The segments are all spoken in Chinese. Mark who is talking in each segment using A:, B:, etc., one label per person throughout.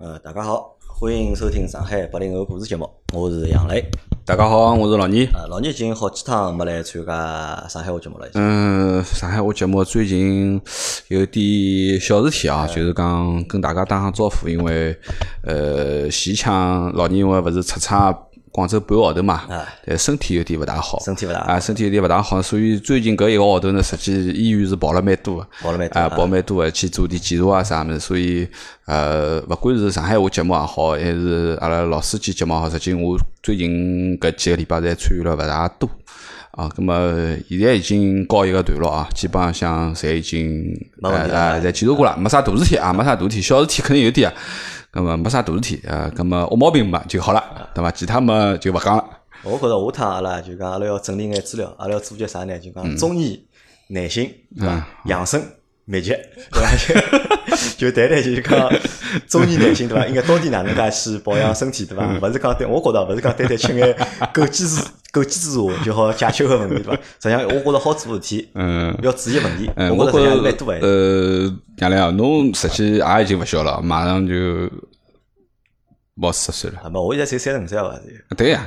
A: 呃，大家好，欢迎收听上海八零后故事节目，我是杨磊。
B: 大家好，我是老倪。
A: 啊，老聂已经好几趟没来参加上海话节目了，已经。
B: 嗯，上海话节目最近有点小事体
A: 哎
B: 啊，就是讲跟大家打声招呼，因为呃，前腔老倪因为勿是出差广州半个号头嘛，但身体有点勿大好，
A: 哎身体勿大好
B: 啊，身体有点勿大好，所以最近搿一个号头呢，实际医院是跑了蛮多的，
A: 跑了蛮多
B: 啊，
A: 啊
B: 跑蛮多的，去做点检查啊啥物事，所以呃，勿管是上海话节目也好，还是阿拉老司机节目也好，实际我最近搿几个礼拜侪参与了勿大多。啊，那么现在已经告一个段落啊，基本上像侪已经
A: 没问题了
B: 呃，侪检查过了，没啥大事体啊，没啥大事体，小事体肯定有点啊，那么没啥大事体啊，那么恶毛病嘛就好
A: 啊
B: 了，对伐？其他嘛就勿讲了。
A: 我觉着下趟阿拉就讲阿拉要整理眼资料，阿拉要做些啥呢？就
B: 嗯
A: 讲中医、男性，对伐？养生、秘籍，对伐？ 就就谈谈就是讲中医男性，对伐？应该到底哪能介去保养身体，对
B: 嗯
A: 伐？勿是讲单，我觉着勿是讲单单吃眼枸杞子、枸杞子茶就好解决个问题，对伐？实际上，我觉着好做事体，
B: 嗯，
A: 要注意问题，
B: 嗯，
A: 我
B: 我
A: 觉着实际上蛮
B: 觉
A: 多
B: 着
A: 个。
B: 呃，杨澜啊，侬实际也已经勿小了，马上就冒四十岁了。
A: 啊，没，我现在才三十五岁伐？
B: 对呀、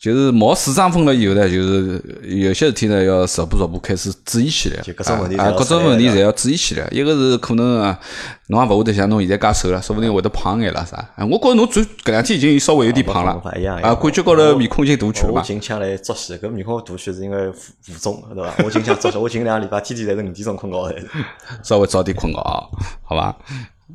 B: 就是冒四张分了以后呢，就是有些事体呢要逐步逐步开始注意起来，
A: 就各种问题
B: 啊，
A: 侪
B: 啊
A: 要
B: 各种
A: 注意
B: 问题
A: 了
B: 侪要注意起来。一个是可能啊，侬也勿会得像侬现在介瘦了，说不定会得胖眼啦啥。啊我觉着侬最搿两天已经稍微有点胖了
A: 啊我胖了一样，一样
B: 啊，感觉高头面孔已经大去了
A: 我
B: 嘛。
A: 近腔来作息，搿面孔大去是因为附附中，对伐？我近腔作息，我近两个礼拜天天侪是五点钟困觉的。
B: 稍微早点困觉啊， 好吧？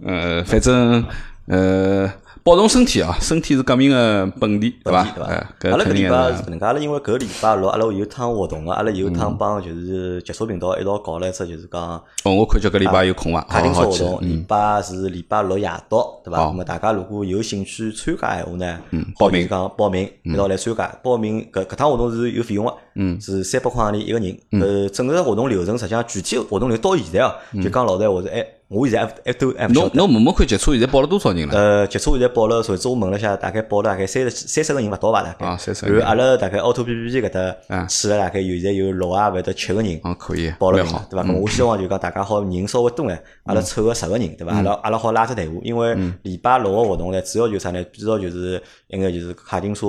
B: 呃，反正呃，保重身体啊，身体是革命的本钱，对
A: 对
B: 吧？
A: 对
B: 呃
A: 伐？
B: 搿
A: 阿拉搿
B: 肯定
A: 礼
B: 的嗯
A: 拜是搿能介，阿拉因为搿礼拜六阿拉有趟活动个，阿拉有趟帮就是解说频道一道搞了一只就是讲
B: 哦，我看叫搿礼
A: 啊
B: 拜有空伐？
A: 卡
B: 好
A: 丁车
B: 好嗯
A: 活
B: 去。
A: 动，礼拜是礼拜六夜到，对伐？那么大家如果有兴趣参加闲话呢，
B: 嗯报
A: 好就是
B: 名嗯
A: 讲报名一道来参加。报名搿搿趟活动是有费用个，是三百块洋钿一个人。
B: 嗯
A: 呃，整个活动流程实际上具体活动流程到现在哦，
B: 嗯
A: 就讲老实闲话是哎，我现在还还都还勿晓
B: 侬
A: 得。
B: 侬问问看，接触现在报了多少人了？
A: 呃，接车现在报了，上次我问了一下，大概报了大概三十三十个人勿到吧，大概。
B: 啊30个
A: 然
B: 人
A: 后阿拉大概 auto B B B 搿搭
B: 嗯
A: 去了大概有现在有六啊，勿到七个人。
B: 哦，可以，
A: 报了
B: 蛮
A: 名
B: 好，嗯
A: 对伐？咁我希望就讲大家好人稍微多眼，阿拉凑个十个人，对伐？阿拉阿拉好拉只队伍，因为礼拜六个活动呢，主要就是啥呢？主要就是应该就是卡丁车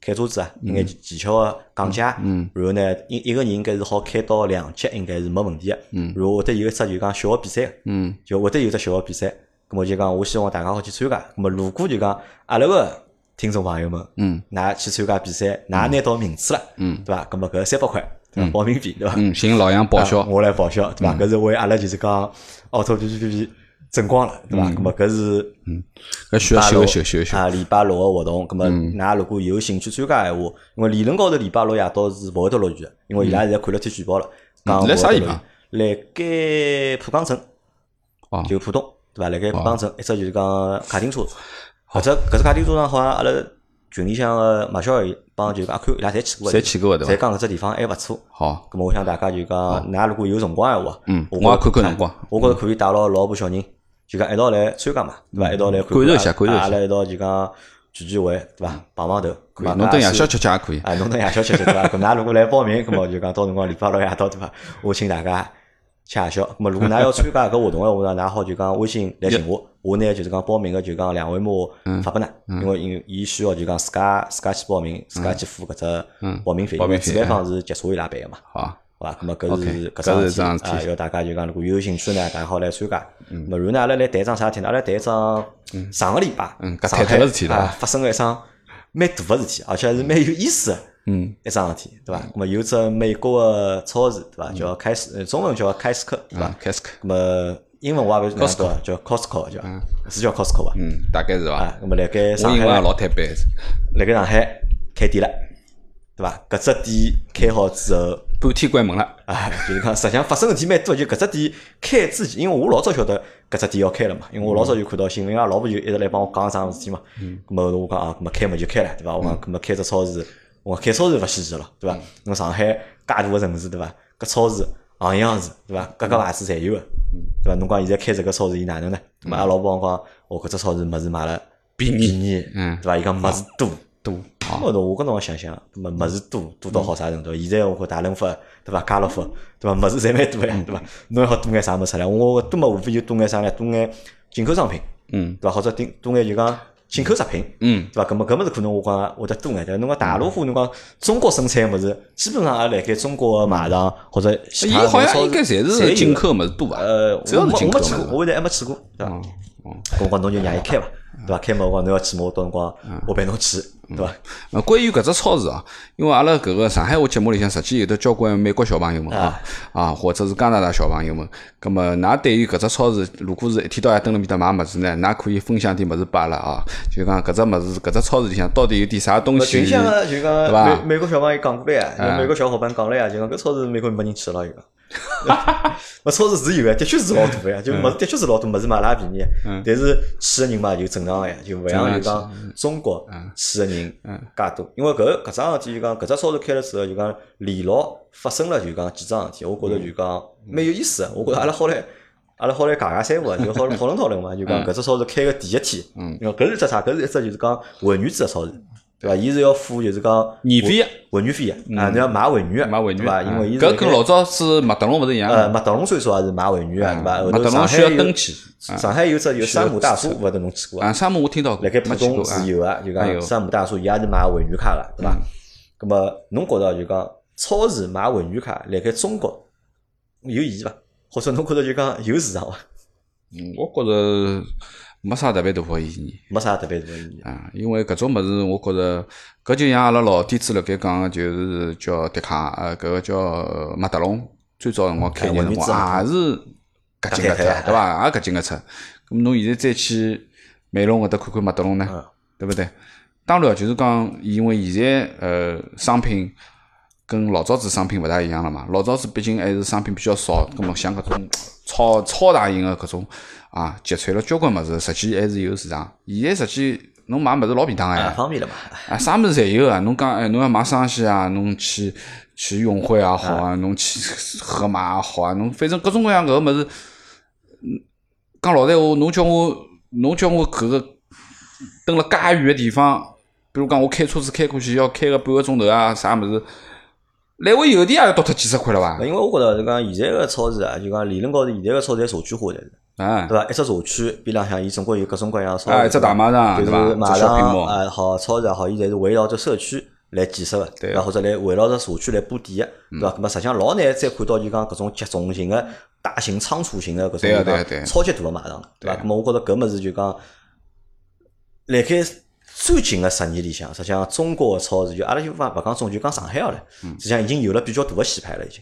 A: 开车子啊，
B: 嗯
A: 应该技巧个讲解，然后呢，一一个人应该是好开到两级，应该是没问题个。然后会得有一只就讲小个比赛，
B: 嗯，
A: 就会得有一只小个比赛。咁么就讲，我希望大家好去参加。咁么如果就讲阿拉个听众朋友们，
B: 嗯，
A: 㑚去参加比赛，㑚拿到名次了，嗯，对伐？咁么搿三百块，对伐？报名费，对伐？
B: 嗯，寻老杨报
A: 啊
B: 销，
A: 我来报销，对
B: 嗯
A: 伐？搿是为阿拉就是讲 auto P P P P 争光了，对伐？
B: 嗯
A: 咁么搿是
B: 搿需要
A: 礼拜
B: 修
A: 六
B: 一修修一修。
A: 啊，礼拜六个活动，咁么
B: 嗯
A: 㑚如果有兴趣参加闲话，因为理论高头礼拜六夜到是勿会得落雨的，因为伊拉现在看了天气预报了，讲
B: 嗯嗯辣啥
A: 勿会
B: 地
A: 得落雨
B: 方？
A: 辣盖浦江镇，
B: 哦
A: 就浦东，对伐？辣盖浦江镇一只就是讲卡丁车，搿只搿只卡丁车上好像阿拉群里向个马小伟帮就是讲阿宽伊拉侪去过的，
B: 侪去过的对
A: 侪讲搿只地方还勿错。
B: 好，
A: 咁么我想大家就讲，㑚如果有辰光闲话，
B: 啊嗯
A: 我
B: 我也
A: 觉
B: 看看
A: 哎
B: 辰光嗯
A: 我觉着可以带牢老婆小人，就讲一道来参加嘛，对伐？一道来
B: 感受一下
A: 看看
B: 感受一下
A: 啊阿拉一道就讲聚聚会，对伐？碰碰头，
B: 可
A: 咁啊
B: 以，侬
A: 大
B: 等
A: 家
B: 夜
A: 是
B: 宵吃吃也可以。
A: 啊，侬等夜宵吃吃 对伐？咁㑚如果来报名，咁么就讲到辰光礼拜六夜到对伐？我请大家吃夜宵。咁么如果㑚要参加搿活动闲话呢，㑚 好就讲微信来寻我，我呢就是讲报名个就讲两位码
B: 嗯
A: 发拨㑚，因为因伊需要就讲自家自家去报名，自家去付搿只报名费，
B: 嗯报名费啊
A: 主办方是集社伊拉办个嘛。
B: 好，
A: 好吧？咁么搿是
B: OK，
A: 搿
B: 搿是
A: 桩
B: 桩
A: 事体
B: 事体
A: 啊，要大家就讲如果有兴趣呢，大家好来参加。嗯，然后呢，阿拉来谈一桩啥事体呢？阿拉谈一桩上个礼拜，
B: 嗯搿
A: 上
B: 太
A: 海
B: 多事体了
A: 啊，发生了一桩蛮大个事体，而且是蛮有意思个
B: 嗯，
A: 一桩事体，对伐？咁么有只美国个超市，对
B: 嗯
A: 伐？叫开始，呃中文叫开市客，对伐？
B: 啊，开始。
A: 咁么英文我也勿是哪能读啊，叫 Costco 叫，是叫 Costco 伐？
B: 嗯，大概是伐？
A: 啊，咁么辣盖
B: 我
A: 上
B: 英文
A: 海
B: 也。老太白，
A: 辣盖上海开店了，对伐？搿只店开好之后，
B: 半天关门了。
A: 啊，就是讲实际上发生事体蛮多，就搿只店开之前，因为我老早晓得搿只店要开了嘛，因为我老早就看到新闻啊，老婆就一直来帮我讲桩事体嘛。嗯。咁么我讲啊，咁么开嘛就开了，对伐？我讲咁么开只超市，我讲开超市勿稀奇了，对伐？侬上海介大个城市，对伐？搿超市行样子，对伐？各个牌子侪有个，对伐？侬讲现在开这个超市，伊哪能呢？咁么阿拉老婆讲，哦，搿只超市物事买了
B: 便宜
A: 便宜，
B: 嗯
A: 对伐？伊讲物事多。
B: 多啊，
A: 我侬我搿辰光想想，么物事多多到好啥程
B: 嗯
A: 度？现在我觉大润发对伐？家乐福对伐？物啊
B: 嗯
A: 事侪蛮多呀，对伐？侬还好多眼啥物事出来？我多么无非就多眼啥呢？多眼进口商品，嗯，对伐？或者顶多眼就讲进口食品，
B: 嗯，
A: 对伐？搿么搿么是可能我讲会得多眼，但侬讲大陆货，侬讲中国生产物事，基本上也辣盖中国个卖场或者其
B: 嗯伊
A: 他
B: 好
A: 超
B: 像
A: 市
B: 应该侪
A: 侪有啊
B: 是进口物事多伐？
A: 呃，我
B: 主要
A: 没
B: 是进
A: 我
B: 口
A: 没去过，。我
B: 物事
A: 嗯现在还没去过，对伐？
B: 哦
A: 搿辰光侬就让伊开伐，对伐？开嘛，我讲侬要去嘛，我到辰光我陪侬去，对伐？
B: 呃，关于搿只超市啊，因为阿拉搿个上海话节目里向实际有得交关美国小朋友们啊，啊或者是加拿大小朋友们，葛么㑚对于搿只超市，如果是一天到夜蹲辣面搭买物事呢，㑚可以分享点物事拨阿拉啊，就讲搿只物事搿只超市里向到底有点啥东西？
A: 群像个就
B: 对吧
A: 讲美美国小朋友讲过了呀，有美国小伙伴讲了啊呀，就讲搿超市美国没人去了，伊讲。 勿超市是有个，的确是老大个呀，就物事的确是老多，物事买也便宜。但是去个人嘛就嗯正常个呀，就勿像就
B: 正
A: 讲中国
B: 啊
A: 去个人
B: 嗯
A: 介多。因为搿搿桩事体就讲搿只超市开了之后，就讲连牢发生了就讲几桩事体，我觉着就讲
B: 嗯
A: 蛮有意思个。我觉着阿拉好来阿拉好来尬尬三胡啊，就好讨论讨论
B: 嗯
A: 嘛。就讲搿只超市开个第一天，因为搿是一只啥？搿是一只就是讲会员制个超市，对伐？伊是要付就是讲
B: 年费的嗯
A: 会员费个啊，侬要买会员个，
B: 买会员
A: 对伐？因为伊是
B: 搿跟
A: 辣盖
B: 老早子麦当劳勿是一样
A: 呃，
B: 的，
A: 麦当劳最少也是买会员个，对伐？后
B: 嗯麦
A: 头
B: 当
A: 上
B: 劳
A: 海
B: 需要
A: 有
B: 登记。
A: 上海有只有山姆大叔，勿晓得侬去过伐
B: 啊，沙漠我听到过，
A: 辣盖
B: 没
A: 浦
B: 去
A: 东
B: 过啊
A: 是。有个，就
B: 哎呦嗯
A: 讲山姆大叔伊也是买会员卡个，对伐？咁么侬觉着就讲超市买会员卡，辣盖中国有意义伐？或者侬觉着就讲有市场伐？
B: 嗯我觉着没啥特别大个意义。
A: 没啥特别大个意义。
B: 啊，因为搿种物事，我觉着搿就像阿拉老底子辣盖讲个，就是叫迪卡，呃，搿个叫呃麦德龙，最早辰光开业辰光也是搿进搿出，对伐？也搿进搿出。咁侬现在再去美容搿搭看看麦德龙呢
A: 嗯，
B: 对勿对？当然就是讲，因为现在呃商品。跟老早子商品勿大一样了嘛，老早子毕竟还是商品比较少，葛么像搿种超超大型的搿种啊，集萃了交关物事，实际还是有市场。现在实际侬买物事老便当个
A: 啊，
B: 哎呀，
A: 方便了嘛。
B: 啊，啥物事侪有啊！侬讲，哎，侬要买生鲜啊，侬去去永辉也好啊，侬去盒马也好啊，侬反正各种各样搿个物事，嗯讲老实闲话，侬叫我，侬叫我搿个蹲辣介远个地方，比如讲我开车子开过去要开个半个钟头啊，啥物事，来回邮钿也要到脱几十块了伐？
A: 因为我觉着就讲现在个超市啊，就讲理论高头现在个超市侪社区化的，
B: 啊，
A: 对伐？一只社区边浪向，伊总归有各种各样的超市。
B: 啊，一只大卖场
A: 就是
B: 伐？
A: 马
B: 一只小屏
A: 上
B: 幕，
A: 啊，好超市也好，伊侪是围绕着社区来建设个，
B: 对嗯
A: 对伐？或者来围绕着社区来布点个，对伐？那么实际上老难再看到就讲搿种集中型个、大型仓储型个搿种
B: 对啊
A: 就
B: 对啊
A: 讲
B: 对啊
A: 超级大个卖场，对
B: 对啊
A: 伐？那么我觉着搿物事就讲，辣盖最近个十年里向，实际上中国个超市就阿拉就勿勿讲中，就讲上海好了，
B: 嗯
A: 实际上已经有了比较大个洗牌了，已经。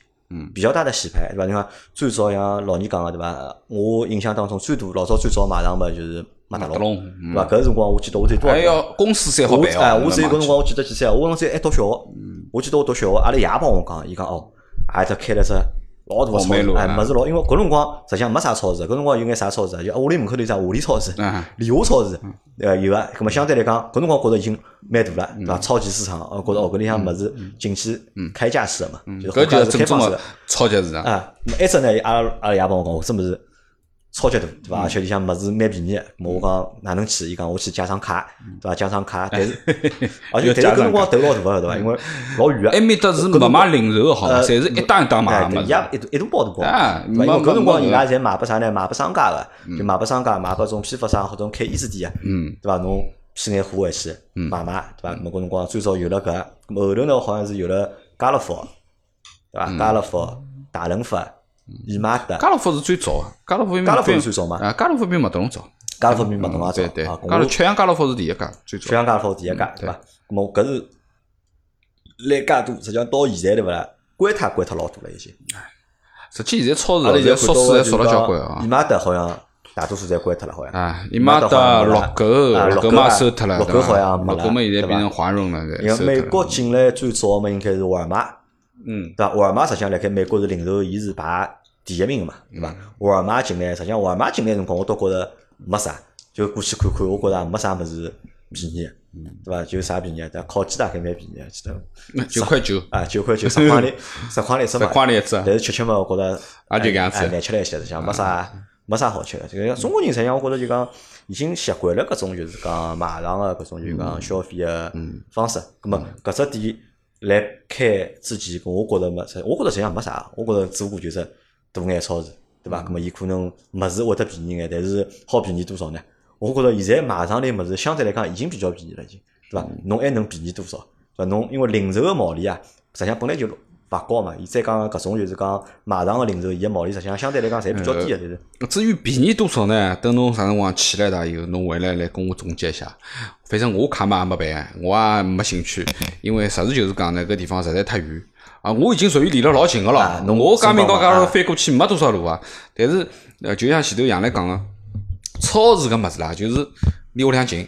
A: 比较大的洗牌，对伐？你看最早像老倪讲个，对伐？我印象当中最大老早最早买场嘛就是麦当
B: 大
A: 劳，
B: 龙，
A: 对伐？搿个辰光我记得我最多少
B: 还
A: 个
B: 要公司才好
A: 我
B: 办
A: 哎，
B: 哦。
A: 我只有搿辰
B: 侬
A: 光我记得几岁啊？我搿辰光只有还读小学，
B: 嗯
A: 我记得我读小学，阿拉爷帮我讲，伊讲哦，阿搭开了只老大个
B: 红梅路
A: 超市，哎，
B: 啊
A: 物事老，因为搿辰光实际上没啥超市，搿辰光有眼啥超市啊？就屋里门口头有只华联超市
B: 啊、
A: 联华超市，呃，有啊。搿么相对来讲，搿辰光觉着已经蛮大了，对
B: 嗯
A: 伐？超级市场，哦，觉着哦搿里向物事进去开架式个嘛，就是
B: 嗯
A: 好
B: 搿就
A: 价
B: 是
A: 是
B: 正
A: 开
B: 宗
A: 放式
B: 个
A: 个。
B: 超级市场。
A: 啊，那么埃只呢，阿拉阿拉爷帮我讲，我这么是超级大，对
B: 嗯
A: 伐？而且里向物事蛮便宜的。咾我讲哪能去？伊讲我去加张卡，对伐？加张 卡，但是而
B: 要
A: 且但是搿
B: 嗯加张
A: 辰光头老大个，对伐？因为老远个。
B: 埃面搭是勿买零售个好伐？
A: 呃
B: 侪是一单一单买
A: 哎，
B: 个
A: 对伊
B: 物事
A: 也一大一大包大包，
B: 啊
A: 对伐？
B: 没嗯
A: 因为搿辰光
B: 没
A: 人家侪卖拨啥呢？卖拨商家个，就卖拨商家，卖拨种批发商或者开衣饰店个，
B: 嗯，
A: 对伐？侬批眼货回去买卖，对伐？咾搿辰光最早有了搿，咾后头呢好像是有了家乐福，对伐？家乐福、大润发、姨妈的，
B: 嗯家乐福是最早啊个，家乐福比
A: 家乐福
B: 比
A: 是最早嘛
B: 嗯啊，家乐福比麦当劳早。
A: 家乐福比麦当劳早
B: 对对，
A: 啊，
B: 家
A: 家
B: 乐
A: 乐
B: 吃香家乐福是第一家，最
A: 全
B: 早。
A: 家家乐福第一
B: 嗯
A: 家对伐？咁么搿是来介多，实际上到现在对勿啦？关脱关脱老多了已经。
B: 实际现在超市
A: 阿拉现
B: 现
A: 在
B: 在
A: 看
B: 缩
A: 到个啊就是
B: 水还缩了交关
A: 讲，姨。
B: 啊
A: 妈的好像大多数侪关脱了，好像。
B: 啊，伊妈的
A: 伊妈
B: 老
A: 达好像没了
B: 狗，老
A: 啊
B: 狗
A: 老狗
B: 嘛
A: 啊
B: 收脱了，
A: 老
B: 对
A: 狗
B: 伐
A: 好像没
B: 老
A: 了
B: 狗嘛现在
A: 对
B: 变
A: 伐
B: 成华润了，
A: 因为
B: 收脱
A: 美
B: 了。
A: 国进来最早嘛，应该是沃尔玛，
B: 嗯，
A: 对伐？沃尔玛实际上辣盖美国是零售，伊是排第一名个嘛，对伐？沃尔玛进来，实际上沃尔玛进来辰光，我倒觉着没啥，就过去看看，我觉着没啥物事便宜，对伐？就啥便宜啊，对伐？烤鸡大概蛮便宜的，记得。
B: 九块九，
A: 啊，九块九十块钿，十块钿一只
B: 十
A: 嘛。
B: 块钿一只啊
A: 但。是吃吃嘛，我觉着
B: 也就搿样子嗯
A: 哎难吃了一些，实际上没啥没啥好吃的。就是中国人实际上我觉着就讲已经习惯了搿种就是讲马上个搿种就是
B: 嗯
A: 讲消费个方式。葛么搿只店来开之前，我觉着没，实我觉着实际上没啥，我觉着只不过
B: 嗯
A: 就是大眼超市，对伐？葛么伊可能物事会得便宜眼，但是好便宜多少呢？我觉着现在买上来物事相对来讲已经比较便宜了，已经对伐？
B: 嗯
A: 侬还能便宜多少？对伐？侬因为零售个毛利啊，实际上本来就勿高嘛。伊再讲搿种就是讲买上个零售，伊个毛利实际上相对来讲侪比较低个，就是
B: 至于便宜多少呢？等侬啥辰光起来了以后，侬回来来跟我总结一下。反正我卡嘛也没办，我也没兴趣，因为实事求是讲呢，搿地方实在太远啊！我已经属于离了老近个了
A: 啊，侬
B: 我加明高
A: 身高
B: 加上
A: 嘛
B: 翻过去没多少路啊。但是呃，就像前头杨澜讲个，超市搿物事啦，就是离屋里向近，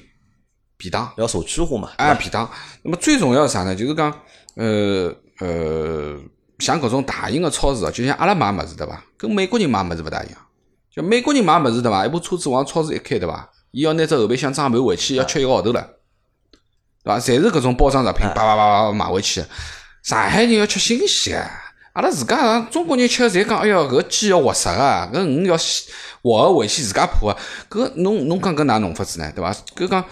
B: 便当。
A: 要社区化嘛。
B: 哎，便当。那么最重要是啥呢？就是讲，呃呃，像搿种大型的超市啊，就像阿拉买物事对伐？跟美国人买物事勿大一样。就美国人买物事对伐？一部车子往超市一开对伐？伊要拿只后备箱装满回去，要吃一个号头了，对伐？侪是搿种包
A: 哎
B: 装食品，叭叭叭叭买回去。上海人要吃新鲜个，阿拉自家上中国人吃个侪讲，哎哟，搿鸡要活杀个，搿鱼要洗活个回去自家破个，搿侬侬讲搿哪弄法子呢？对伐？搿讲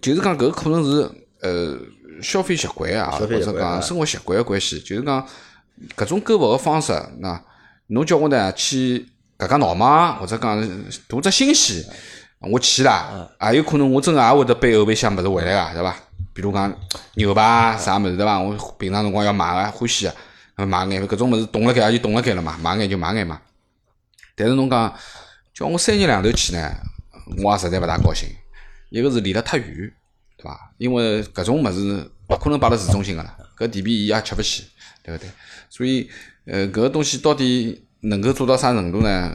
B: 就是讲搿可能是呃消费习惯啊，或
A: 消费习
B: 者
A: 惯
B: 讲
A: 啊
B: 生活习惯个关系，就是讲搿种购物个方式，那侬叫我呢去搿家闹忙，或者讲图只新鲜，啊我去啦，也有可能我真个也会得背后备箱物事回来啊个，对伐？比如讲牛排啥物事对伐？我平常辰光要买个啊欢喜个，买眼搿种物事冻辣盖也就冻辣盖了嘛，买眼就买眼嘛。但是侬讲叫我三日两头去呢，我也实在勿大高兴。一个是离得太远，对伐？因为搿种物事勿可能摆辣市中心个啦，搿地皮伊也吃勿起，对勿对？所以，呃，搿个东西到底能够做到啥程度呢？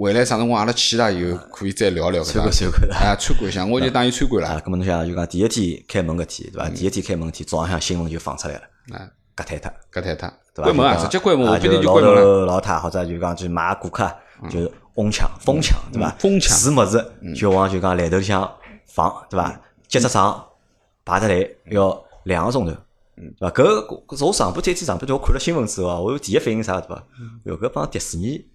B: 回来啥辰光阿拉去了以后，可以再聊聊搿
A: 参观
B: 桩事
A: 参观的
B: 啊，参观一下，我就当伊参观了。
A: 啊，搿么侬想就讲第一天开门搿天，对伐？第一天开门搿天，早浪向新闻就放出来了，
B: 啊，
A: 割脱脱。
B: 搿太太，
A: 对伐？
B: 关门啊，
A: 就
B: 直
A: 讲
B: 接关门，
A: 啊
B: 我决定
A: 就
B: 就关门了。
A: 老头老太或者就讲去买顾客，就是哄抢、疯抢，对伐
B: 嗯？疯抢嗯
A: 是物事就往就讲来头里向放，对伐？接只场排着队要两个钟头，
B: 嗯
A: 对伐？搿搿我上半天天上半天我看了新闻之后啊，我第一反应啥对伐？哟，搿帮迪士尼。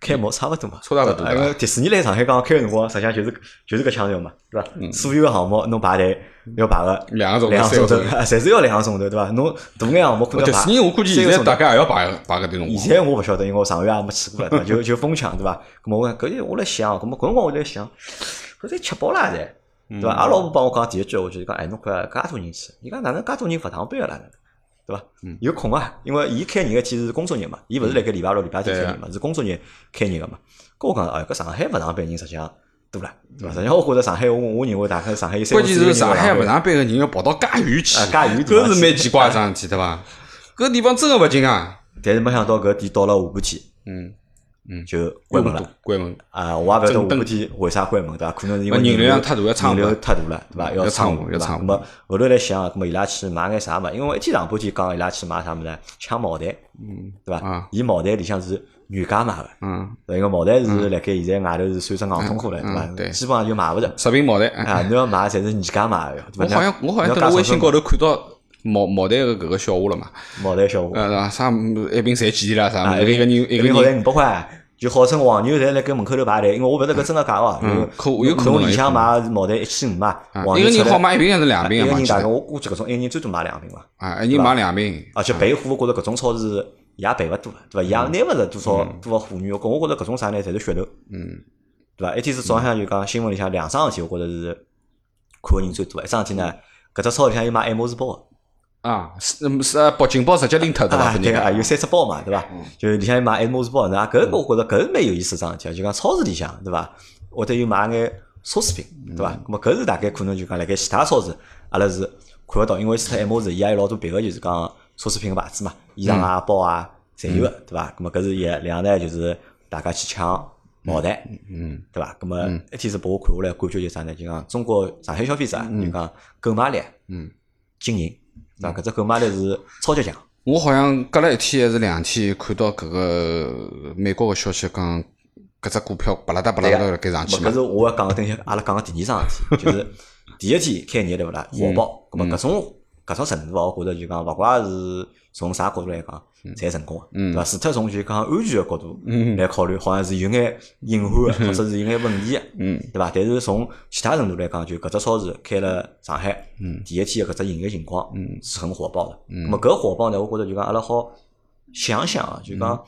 A: 开幕差勿多嘛，
B: 嗯差勿多
A: 对伐因为迪士尼来上海刚开个辰光，实际上就是就是搿腔调嘛，对伐？所有个项目侬排队要排个
B: 两嗯个钟头
A: 两个钟头啊
B: 三个钟，
A: 侪是要两个钟头，对伐？侬大眼项目可能
B: 迪
A: 排
B: 士尼，我估计
A: 三
B: 现
A: 个
B: 在
A: 钟头
B: 大概也要排排搿点辰光
A: 现。在我勿晓得，因为我上个月也没去过了，对伐？就就疯抢，对伐？咁么我讲搿就我辣想，咁么搿辰光我在想，搿侪吃饱了啊侪，对伐？阿拉老婆帮我讲第一句，我就是讲，哎，侬看介多人去，伊讲哪能介多人勿上班个啦？对伐？有空啊，因为伊开业个天是工作日嘛，伊勿是辣盖礼拜六、礼拜天开业嘛，是工作日开业个嘛。搿我讲，哎，搿上海勿上班人实际上多了，对伐？实际上我觉着上海，我我认为大概上海有三
B: 关
A: 分之
B: 键
A: 一个
B: 是
A: 人
B: 上海
A: 勿
B: 勿
A: 上班
B: 上班个人要跑到介远去，
A: 啊介远地
B: 搿
A: 方
B: 是
A: 去
B: 蛮奇怪桩事体，对伐？搿地方真个勿近啊，
A: 但是没想到搿店到了下半天
B: 嗯，
A: 就关门了
B: 用。途，关门。
A: 啊，我也勿晓得
B: 整
A: 下半天为啥关门对伐？可能是因为
B: 啊人流量太大要撑
A: 人流
B: 不
A: 太大了对伐？
B: 嗯
A: 要
B: 要撑
A: 撑
B: 不
A: 不
B: 要
A: 对伐？那
B: 撑不
A: 么后头来想，那么伊拉去买眼啥嘛？因为我一天上半天讲伊拉去买啥物事，抢茅台，嗯，对伐
B: 啊？
A: 伊茅台里向是原价卖个，
B: 嗯，
A: 对因为茅台是辣盖现在外头是算只硬通货了对
B: 嗯对
A: 伐？基本上就买勿着
B: 食品茅台。哎
A: 啊！侬要买侪是原价买个，
B: 我
A: 对伐？
B: 好像我好像
A: 你
B: 登
A: 要
B: 了
A: 加
B: 微
A: 成
B: 信
A: 本
B: 高头看到茅茅台个搿个笑话了嘛，
A: 茅台小伙
B: 呃，对伐啥一瓶赚几钿啦，啥
A: 啊
B: 物事一个人一
A: 一
B: 个
A: 瓶好
B: 人
A: 才五百块，就号称黄牛侪辣盖门口头排队，因为我勿晓得搿真个假哦。
B: 嗯
A: 因为
B: 可有可能
A: 侬里向买茅台一千五嘛，
B: 啊
A: 黄
B: 一
A: 牛出
B: 个人
A: 来
B: 好买一瓶还是两
A: 一
B: 瓶
A: 个
B: 啊？
A: 人哎大概
B: 嘛
A: 我估计搿种一个人最多买两瓶伐，
B: 啊，一人买两瓶，
A: 而且备货我觉着搿种超市也备勿多，对伐？也拿勿着多少多少货源，我觉我觉着搿种啥呢，侪是噱头，
B: 嗯，
A: 对伐？一天是早浪向就讲新闻里向两桩事体，我觉着是看个人最多，一桩事体呢，搿只超市里向有卖爱马仕包
B: 啊，是嗯是啊，保警报直接拎脱
A: 个，
B: 哎
A: 啊
B: 对嗯伐？不
A: 对
B: 人
A: 啊，
B: 家
A: 有三只包嘛，对伐？就是里向有卖爱马仕包，那
B: 嗯
A: 搿个我觉着搿是蛮有意思桩事体啊，就讲超市里向，对伐？或者有卖眼奢侈品，对
B: 嗯
A: 伐？咾么搿是大概可能就讲辣盖其他超市，阿拉是看勿到，因为除脱爱马仕，伊也有老多别个就是讲奢侈品个牌子嘛，衣裳
B: 嗯
A: 啊、包啊，侪有个，对伐？咾么搿是一两呢，就是大家去抢茅台，
B: 嗯，
A: 对伐？咾么一天是拨我看下来，感觉就是啥呢？就讲中国上海消费者啊就讲购买力，
B: 嗯，
A: 惊人，对伐？搿只购买力是超级强，
B: 我好像隔了一天还是两天，看到搿个美国个消息讲，搿只股票巴拉达巴拉达辣盖上去
A: 咾搿
B: 嘛，
A: 是我要讲个，等一下阿拉讲个第二桩事体，就是第一天开业对勿啦？
B: 嗯
A: 火爆，咾么搿种搿种程度啊，我觉着就讲，勿怪是从啥角度来讲，
B: 嗯
A: 侪成功个，啊对伐？除脱从就讲安全个角度来考虑，好像是有眼隐患
B: 嗯
A: 个，或者是有眼问题个，对伐？但是从其他程度来讲，就搿只超市开了上海，
B: 嗯
A: 第一天个搿只营业情况是很火爆的。咾么搿火爆呢，我觉着就讲阿拉好想想啊，就讲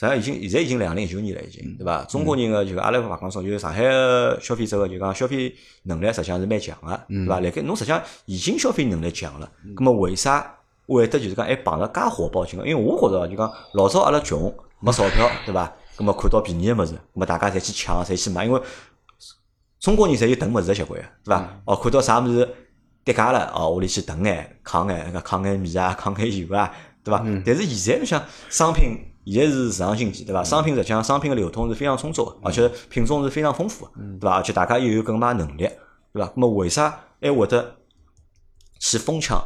A: 实际上已经现在已经两零一九年了，已经对伐？中国人个就阿拉勿讲说，就是上海个消费者个就讲消费能力实际上是蛮强个，对伐？辣盖侬实际上已经消费能力强了，葛么为啥会得就是讲还碰着介火爆情况？因为我觉着就讲老早阿拉穷没钞票，对伐？葛么看到便宜个物事，葛么大家侪去抢，侪去买，因为中国人侪有囤物事个习惯，对伐？哦，看到啥物事跌价了，哦，屋里去囤眼、扛眼、扛眼米啊、 扛眼油啊，对伐？但是现在侬想，商品现在是市场经济，对伐？商品实际上商品个流通是非常充足的，而且品种是非常丰富的，对伐？而且大家又有购买能力，对伐？那么为啥还会得去疯抢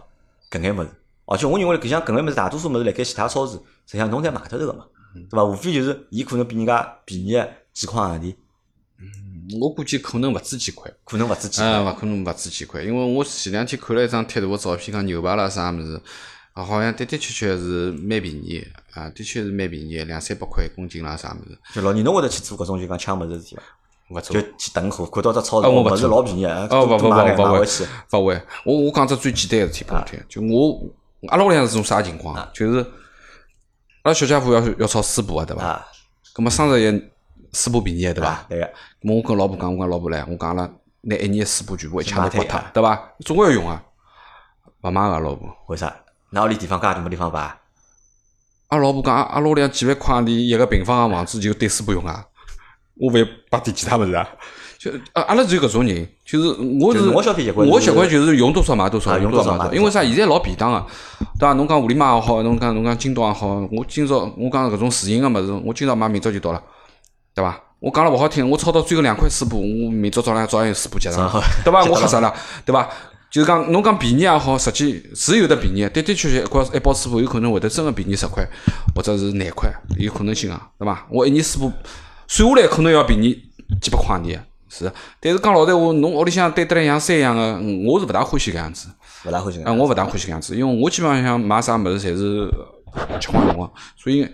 A: 搿眼物事？而且我认为搿像搿眼物事，大多数物事辣盖其他超市，实际上侬侪买脱头个嘛，对伐？无非就是伊可能比人家便宜几块洋钿，
B: 我估计可能勿止几块。
A: 可能勿止几块。
B: 嗯，勿可能勿止几块，因为我前两天看了一张贴图个照片，讲牛排啦啥物事，啊，好像的的确确是蛮便宜的啊，的确是蛮便宜的，两三百块一公斤啦啥物事，
A: 就老年侬会得去做搿种就讲抢物事事体伐？
B: 勿错
A: 就。去囤货，看到只超市
B: 啊我勿
A: 物事
B: 做
A: 老便宜，啊
B: 哦，勿
A: 多
B: 勿
A: 多买眼
B: 勿
A: 买
B: 勿
A: 回
B: 会
A: 去。，
B: 勿会。我我讲只最简单个事体拨侬听，就我阿拉屋里向是种啥情况啊？就是阿拉小姐夫要要炒水补个对伐？
A: 啊，
B: 咁么生日也水补便宜个对伐？
A: 啊，对个，
B: 咁我跟老婆讲，我讲老婆来，我讲阿拉拿一年的水补全部一枪
A: 买
B: 头刮
A: 脱呀
B: 脱，对伐？总归要用啊，勿买个老婆。
A: 为啥？㑚屋里地方介大没地方摆啊？
B: 阿拉老婆讲，阿阿拉屋里向几万块洋钿一个平方个房子就对水不用啊，我勿要摆点其他物事啊。就啊阿拉只有搿种人，就是我
A: 就是
B: 是
A: 我消费习惯
B: 我
A: 就是
B: 习惯就是用多少买多
A: 啊
B: 少，
A: 用
B: 多
A: 多少
B: 少
A: 买多
B: 买多
A: 少
B: 少。因为啥？现在老便当个，对伐？侬讲互联网也好，侬讲侬讲京东也好，我今朝我讲搿种自营个物事，我今朝买，明朝就到了，对伐？我讲了勿好听，我炒到最后两块四补，我明朝早浪早浪有四补结账
A: 好，
B: 对啊伐？我吓死了，对伐？就是讲，侬讲便宜也好，实际是有的便宜，的的确确一块一包水补有可能会得真个便宜十块，或者是廿块，有可能性啊，对伐？我一年水补算下来可能要便宜几百块钿，啊是。但是讲老实话，侬屋里向对得来像山一样个，嗯我是勿大欢喜搿样子。
A: 勿大欢喜。
B: 啊，我勿大欢喜搿样子，因为我基本上买啥物事侪是吃光用个，所以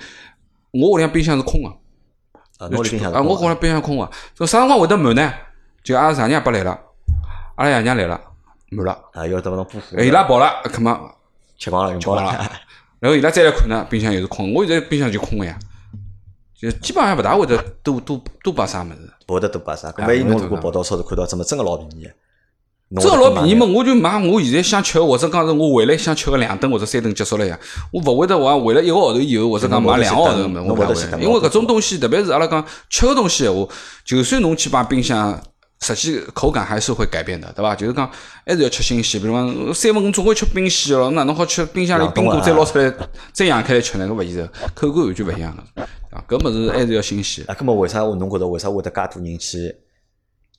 B: 我屋里向冰箱是空个。
A: 啊，侬屋里冰箱
B: 啊，我屋里冰箱空个，这啥辰光会得满呢？就阿拉丈娘伯来了，阿拉爷娘来了，满了，
A: 啊，要得勿侬补货
B: 哎，伊拉饱了，搿么
A: 吃光了，用
B: 吃
A: 光
B: 光了
A: 了。。
B: 然后伊拉再来看呢，冰箱又是空的，我现在冰箱就空个呀，就基本上勿大会得多多多摆啥物事。
A: 跑得多把啥？搿
B: 哎
A: 万一侬
B: 我
A: 如果
B: 懂
A: 跑到超市看到真么真个老便宜，侬
B: 这
A: 会
B: 个
A: 得
B: 老
A: 多买
B: 便宜
A: 眼
B: 嘛，我就买我现在想吃的，或者讲是我回来想吃个两顿或者三顿结束了呀。我勿会得话为了一个号头以后，或者讲买两个号头的么，
A: 侬
B: 我
A: 不
B: 不
A: 会
B: 会
A: 去等。
B: 因为搿种东西，特别是阿拉讲吃个东西闲话，就算侬去摆冰箱，实际口感还是会改变的，对伐？就是讲还是要吃新鲜，比如讲三文鱼总归吃冰鲜了，哪能好吃冰箱里
A: 冷冻
B: 冰
A: 啊
B: 果再捞出来再养开来吃呢？搿勿现实，口感完全勿一样个。啊，搿物事还是要新鲜。
A: 啊，搿么为啥我侬觉着为啥会得介多人去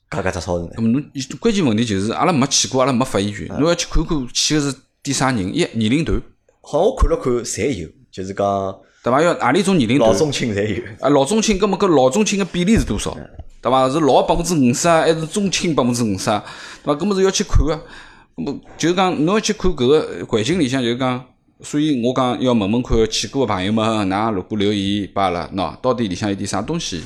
A: 加搿只超市呢
B: 那？么侬关键问题就是阿拉没去过，阿拉没发言权。
A: 嗯
B: 侬要去看看去个是点啥人，一年龄段，
A: 好像我看了看，侪有，就是讲
B: 对伐？要何里种年龄段
A: 老？中青侪有。
B: 啊，老中青，葛么搿老中青个比例是多少？
A: 嗯
B: 对伐？是老百分之五十啊，还是中青百分之五十啊？对伐？搿么是要去看个。搿么就是讲侬要去看搿个环境里向，就是讲，所以我讲要问问看去过个朋友们，㑚如果留言把阿拉喏，到底里向有点啥东西？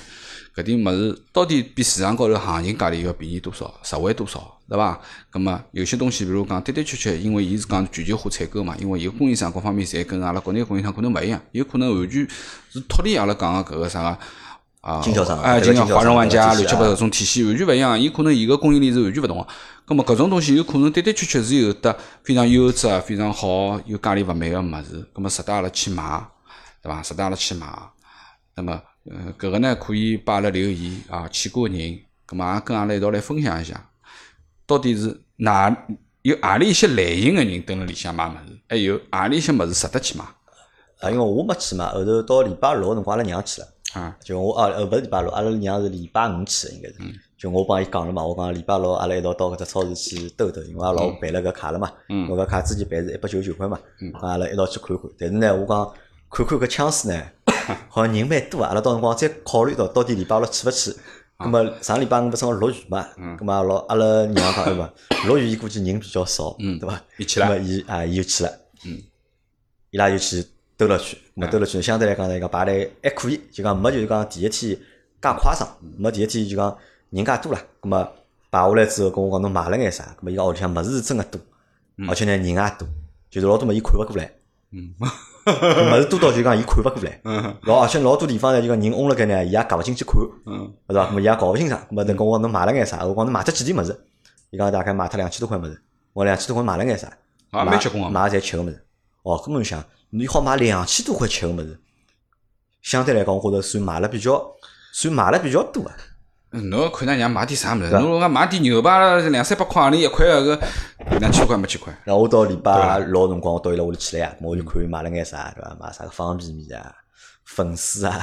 B: 搿点物事到底比市场高头行情价钿要便宜多少，实惠多少，对伐？咁么有些东西，比如讲的的确确，因为伊是讲全球化采购嘛，因为伊供应商各方面侪跟阿拉国内供应商可能勿一样，有可能完全是脱离阿拉讲个搿个啥个啊，
A: 经销商
B: 啊，
A: 这个
B: 经销
A: 经销商
B: 华润万
A: 这
B: 家、
A: 个体系
B: 乱七
A: 啊
B: 八糟种体系完全勿一样，伊可能伊个供应链是完全勿同个。咁啊么搿种东西有可能的的确确是有得非常优质啊、非常好、有价钿勿美个物事，咁么啊值得阿拉去买，对伐？值得阿拉去买。那么，呃，搿个呢可以帮阿拉留言啊，去过的人，葛末也跟阿拉一道来分享一下，到底是哪有何里一些类型的人蹲辣里向买物事，还有何里一些物事值得去买
A: 啊，因为我没去嘛，后头到礼拜六个辰光，阿拉娘去了。
B: 啊？
A: 就我啊，呃，勿是礼拜六，阿拉娘是礼拜五去的，应该是。
B: 嗯
A: 就我帮伊讲了嘛，我讲礼拜六阿拉一道到搿只超市去兜兜，因为阿拉老婆办了搿卡了嘛，
B: 嗯
A: 我搿卡之前办是一百九十九块嘛，讲阿拉一道去看看。但是呢，我讲看看搿枪水 呢，好像人蛮多啊，阿拉到辰光再考虑到到底礼拜六去勿去。
B: 啊
A: 咁么上礼拜五勿正好落雨嘛，
B: 嗯
A: 咁嘛老阿拉娘讲，哎嘛，落雨伊估计人比较少，
B: 嗯
A: 对伐？
B: 伊去了
A: 咁么伊啊，伊就去了。
B: 嗯。
A: 伊拉就去兜了圈，没兜了圈，相对来讲呢，讲排队还可以，就讲没就是讲第一天介夸张，没第一天就讲人介多啦。咁么排下来之后，跟我讲侬哦买了眼啥？咁么伊讲屋里向物事是真个多，而且呢人也多，就是老多么伊看勿过来， 物事多到就讲伊看勿过来，老而且老多地方呢，就讲人嗡辣盖呢，伊也夹勿进去看，
B: 嗯
A: 是伐？咾么伊也搞勿清爽，咾么侬跟我侬买了眼啥？我讲侬买脱几钿物事？伊讲大概买脱两千多块物事，我两千多块买了眼啥？
B: 啊
A: 买
B: 蛮结棍啊
A: 买个侪吃个物事。哦，搿么侬想，你好买两千多块吃个物事，相对来讲，我觉着算买了比较，算买了比较多个。啊
B: 侬看㑚娘买点啥物事？
A: 对
B: 侬如果买点牛排两三百块，钿一块个搿两千块没几块。
A: 然后我到礼拜六辰光，我到伊拉屋里去了呀，咾我就看伊买了眼啥，对伐？买啥个方便面啊、粉丝啊。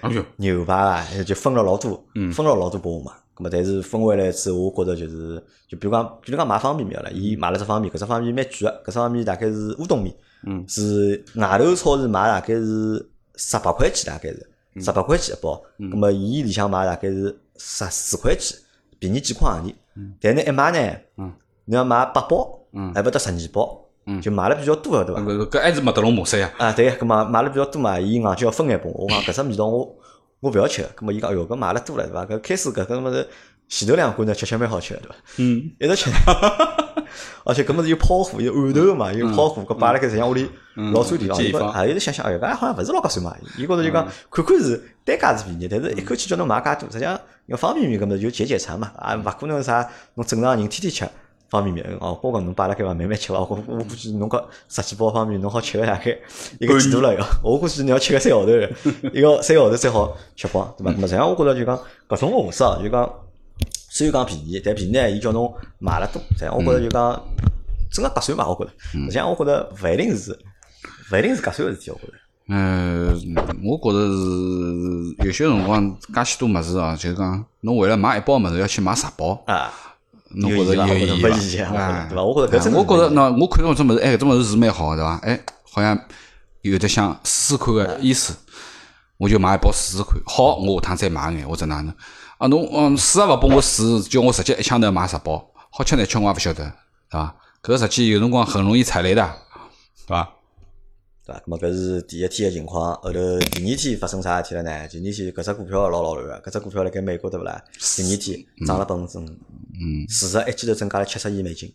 B: 哎哟，
A: 牛排啊，就分了老多，
B: 嗯
A: 分了老多拨我嘛。咁么，但是分回来之后，我觉着就是，就比如讲，比如讲买方便面好了，伊买了只方便面，搿只方便面蛮贵个，搿只方便面大概是乌冬面，
B: 嗯
A: 是外头超市买大概是十八块钱，大概是
B: 嗯
A: 十八块钱一包。咁么，伊里向买大概是十四块钱，便宜几块行钿。但是一买呢
B: 嗯，
A: 你要买八包
B: 嗯，
A: 还勿到十二包
B: 嗯，
A: 就买了比较多个，对伐？
B: 搿搿还是麦德龙模式呀。
A: 啊，对，咁嘛买了比较多嘛，伊硬就要分眼拨我。我讲搿只味道我我勿要吃，咁么伊讲哎哟搿买了多了对伐？搿开始搿搿物事前头两罐呢吃吃蛮好吃的对伐？
B: 嗯，
A: 一直吃， 而且搿物事有泡火，有芋头嘛，有泡火，搿摆辣盖实际上屋里
B: 嗯
A: 老占地方。
B: 占
A: 伊
B: 地
A: 讲
B: 方
A: 啊，有头想想哎哟搿好像勿是老合算嘛。伊觉着就讲看看是单价是便宜，但是一口气叫侬买介多，实际上用方便面搿物事就解解馋嘛，啊勿可能啥侬正常人天天吃。方便面哦，我讲侬摆辣盖伐，慢慢吃伐。我我估计侬搿十几包方便面，侬好吃个大概一个季度了要。我估计你要吃个三个号头了， 一个三个号头才好吃光，对伐？咾么实际上我觉着就讲搿种个模式啊，就讲虽然讲便宜，但便宜呢，伊叫侬买了多。实际上我觉着就讲真个合算吧，我觉着。实际上我觉着勿一定是勿一定是合算个事体，我觉着。
B: 嗯，我觉着是有些辰光介许多物事啊，就是讲侬为了买一包物事要去买十包，
A: 啊，
B: 侬觉着
A: 有
B: 有
A: 意
B: 意
A: 义
B: 义
A: 伐
B: 伐？
A: 我觉着勿意义啊我觉着对伐我
B: 哎
A: 觉着搿真的
B: 我觉
A: 是勿
B: 着
A: 意义
B: 那我看到搿种物事，哎，搿种物事是蛮好个对伐？哎，好像有得想试试看个意思，我就买一包试试看。好，我下趟再买眼或者哪能？啊，侬嗯试也勿拨我试，叫我直接一枪头买十包，好吃难吃我也勿晓得，对伐？搿实际有辰光很容易踩雷的，对伐？
A: 对伐？咁么搿是第一天个情况，后头第二天发生啥事体了呢？第二天搿只股票老老乱个，搿只股票辣盖美国对勿啦？第二天涨了百分之五，
B: 嗯，
A: 市值一记头增加了七十亿美金，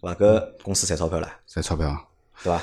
A: 对伐？搿公司赚钞票了，
B: 赚钞票啊，
A: 对伐？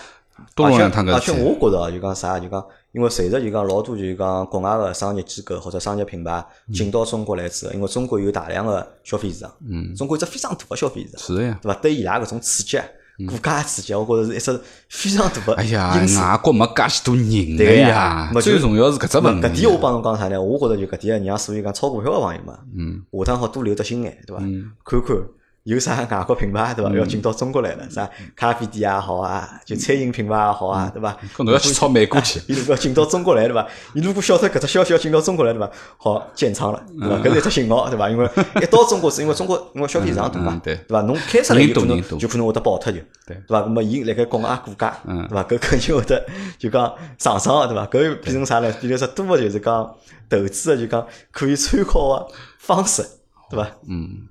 B: 多弄两趟搿
A: 而
B: 事
A: 且
B: 体。
A: 我觉着啊，就讲啥，就讲，因为随着就讲老多就是讲国外个商业机构或者商业品牌进到中国来之后，因为中国有大量个消费市场，
B: 嗯，
A: 中国有只非常大个消费市场，
B: 是的呀。
A: 对伐？对伊拉搿种刺激啊，股价刺激啊，我觉着是一只非常大个
B: 嗯哎呀，
A: 因素。
B: 外国没介许多人的
A: 对
B: 呀
A: 呀，没
B: 最
A: 就
B: 重要是搿只问题。
A: 搿点我帮侬讲啥呢？我觉着就搿点，啊让所有讲炒股票个朋友嘛，
B: 嗯
A: 下趟好多留得心眼，对伐？
B: 嗯
A: 看看有啥外国品牌对伐？要进到中国来了，啥
B: 嗯
A: 咖啡店也好啊，就餐饮品牌也好啊，对伐？
B: 搿嗯侬要去炒美股去。
A: 伊如果进到中国来对伐？伊如果晓得搿只消息要进到中国来对伐？好建仓了对伐？
B: 嗯
A: 搿是一只信号对伐？因 为一到中国是因为中国因为消费市场大
B: 嗯
A: 嘛
B: 嗯对
A: 对伐？侬开出来有可
B: 人多
A: 能
B: 人多
A: 就可能会得爆脱就
B: 对
A: 伐？咾么伊辣盖国外股价
B: 嗯
A: 对伐？搿肯定会得就讲上涨的对伐？搿又变成啥呢？变成只多个就是讲投资的就讲可以参考个方式对伐？
B: 嗯，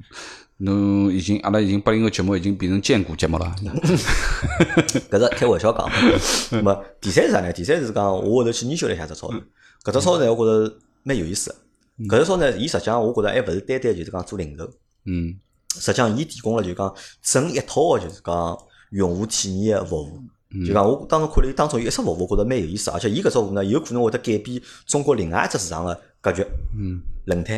B: 侬已经阿拉已经八零后节目已经变成荐股节目了。
A: 搿是开玩笑讲。那么第三是啥呢？第三是讲我后头去研究了一下只操作，搿只操作呢，我觉着蛮有意思的。搿只操作呢，伊实际上我觉着还勿是单单就是讲做零售，
B: 嗯
A: 实际上伊提供了就是讲整一套个就是讲用户体验个服务。
B: 嗯
A: 就讲我当时看了伊当中有一只服务，我觉着蛮有意思，而且伊搿只服务呢，有可能会得改变中国另外一只市场个格局，
B: 嗯，
A: 轮胎。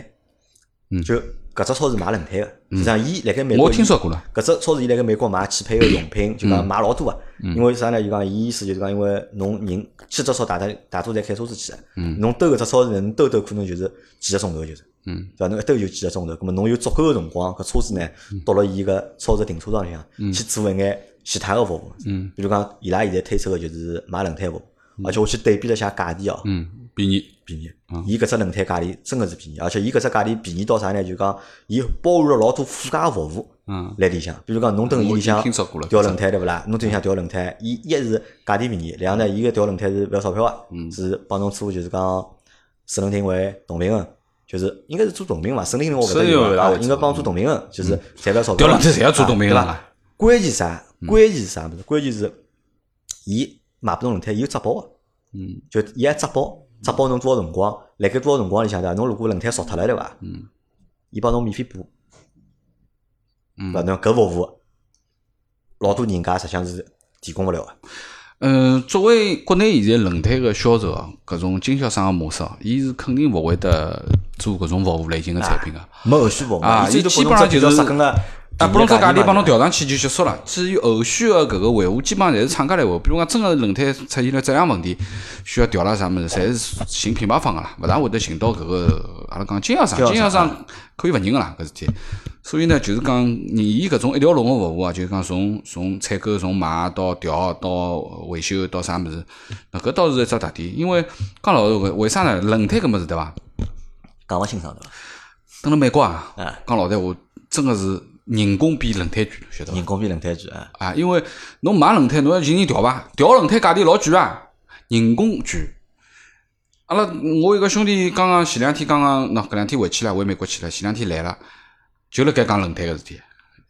B: 嗯
A: 就搿只超市买轮胎个，实际上伊辣盖美国
B: 我
A: 伊
B: 听说过了。
A: 搿只超市伊辣盖美国买汽配个用品，就
B: 嗯
A: 讲买老多啊。因为啥呢？就讲伊意思就是讲，因为侬人去只超大大大多侪开车子去的，啊侬兜搿只超市呢，侬兜兜可能就是几个钟头就是，
B: 嗯
A: 对伐？侬一兜就几个钟头，葛末侬有足够个辰光，搿车子呢
B: 嗯
A: 到了伊个超市停车场里向去做一眼其他个服务，
B: 嗯
A: 比如讲伊拉现在推出个就是买轮胎服务，而且我去对比了一下价钿哦，
B: 嗯，便宜。
A: 便宜。伊搿只轮胎价钿真个是便宜，而且伊搿只价钿便宜到啥呢？就讲伊包含了老多附加服务
B: 嗯
A: 辣里向，比如讲侬等伊
B: 我
A: 里
B: 已经
A: 向
B: 听说过嗯了
A: 调轮胎对勿啦？侬等伊里向调轮胎，伊一是价钿便宜，两呢伊个调轮胎是勿要钞票个，
B: 嗯
A: 是帮侬做就是讲四轮定位同频个。就是应该是做同频伐？四轮定位我勿
B: 四
A: 得
B: 轮定位
A: 有
B: 我嗯
A: 啊，
B: 勿大
A: 应该帮我做同频个，就是侪勿要钞票啊。
B: 调轮胎侪要做同
A: 啊
B: 频个
A: 对伐
B: 啦？
A: 关键啥？关键是啥物事？关键是伊买拨侬轮胎，伊有质保个。
B: 嗯
A: 就伊还质保，质保侬多少辰光，辣盖多少辰光里向对伐？侬如果轮胎烧脱了对伐？
B: 嗯
A: 伊帮侬免费补，对伐？
B: 嗯。
A: 侬搿服务，老多人家实际上是提供勿了个。
B: 嗯，作为国内现在轮胎个销售啊，搿种经销商个模式啊，伊是肯定勿会得做搿种服务类型个产品个。
A: 没后续服务
B: 啊
A: 伊
B: 伊基本上就是
A: 啥根个
B: 啊，拨侬只价钿帮侬
A: 调。
B: 调上去就结束了。至于后续个搿个维护，基本上侪是厂家来维护。比如讲，真个轮胎出现了质量问题，需要调了啥物事，侪是寻品牌方个啦，勿大会得寻到搿个阿拉讲经销商。
A: 经销
B: 经销
A: 商
B: 商可以勿认个啦，搿事体。所以呢，就是讲，你伊搿种一条龙个服务啊，就是讲从从采购、从买到调到维修到啥物事，那搿倒是一只特点。因为讲老实话，为啥呢？轮胎搿物事对伐？
A: 讲勿清爽对伐？
B: 等辣美国啊
A: 啊，
B: 讲老实话，真个是人工比轮胎贵，晓得伐？
A: 人工比轮胎贵啊，
B: 啊，因为侬买轮胎，侬要寻人调伐？调轮胎价钿老贵啊，人工贵。阿拉我一个兄弟刚刚前两天刚刚，喏，搿两天回去了，回美国去了，前两天来了，就辣盖讲轮胎个事体，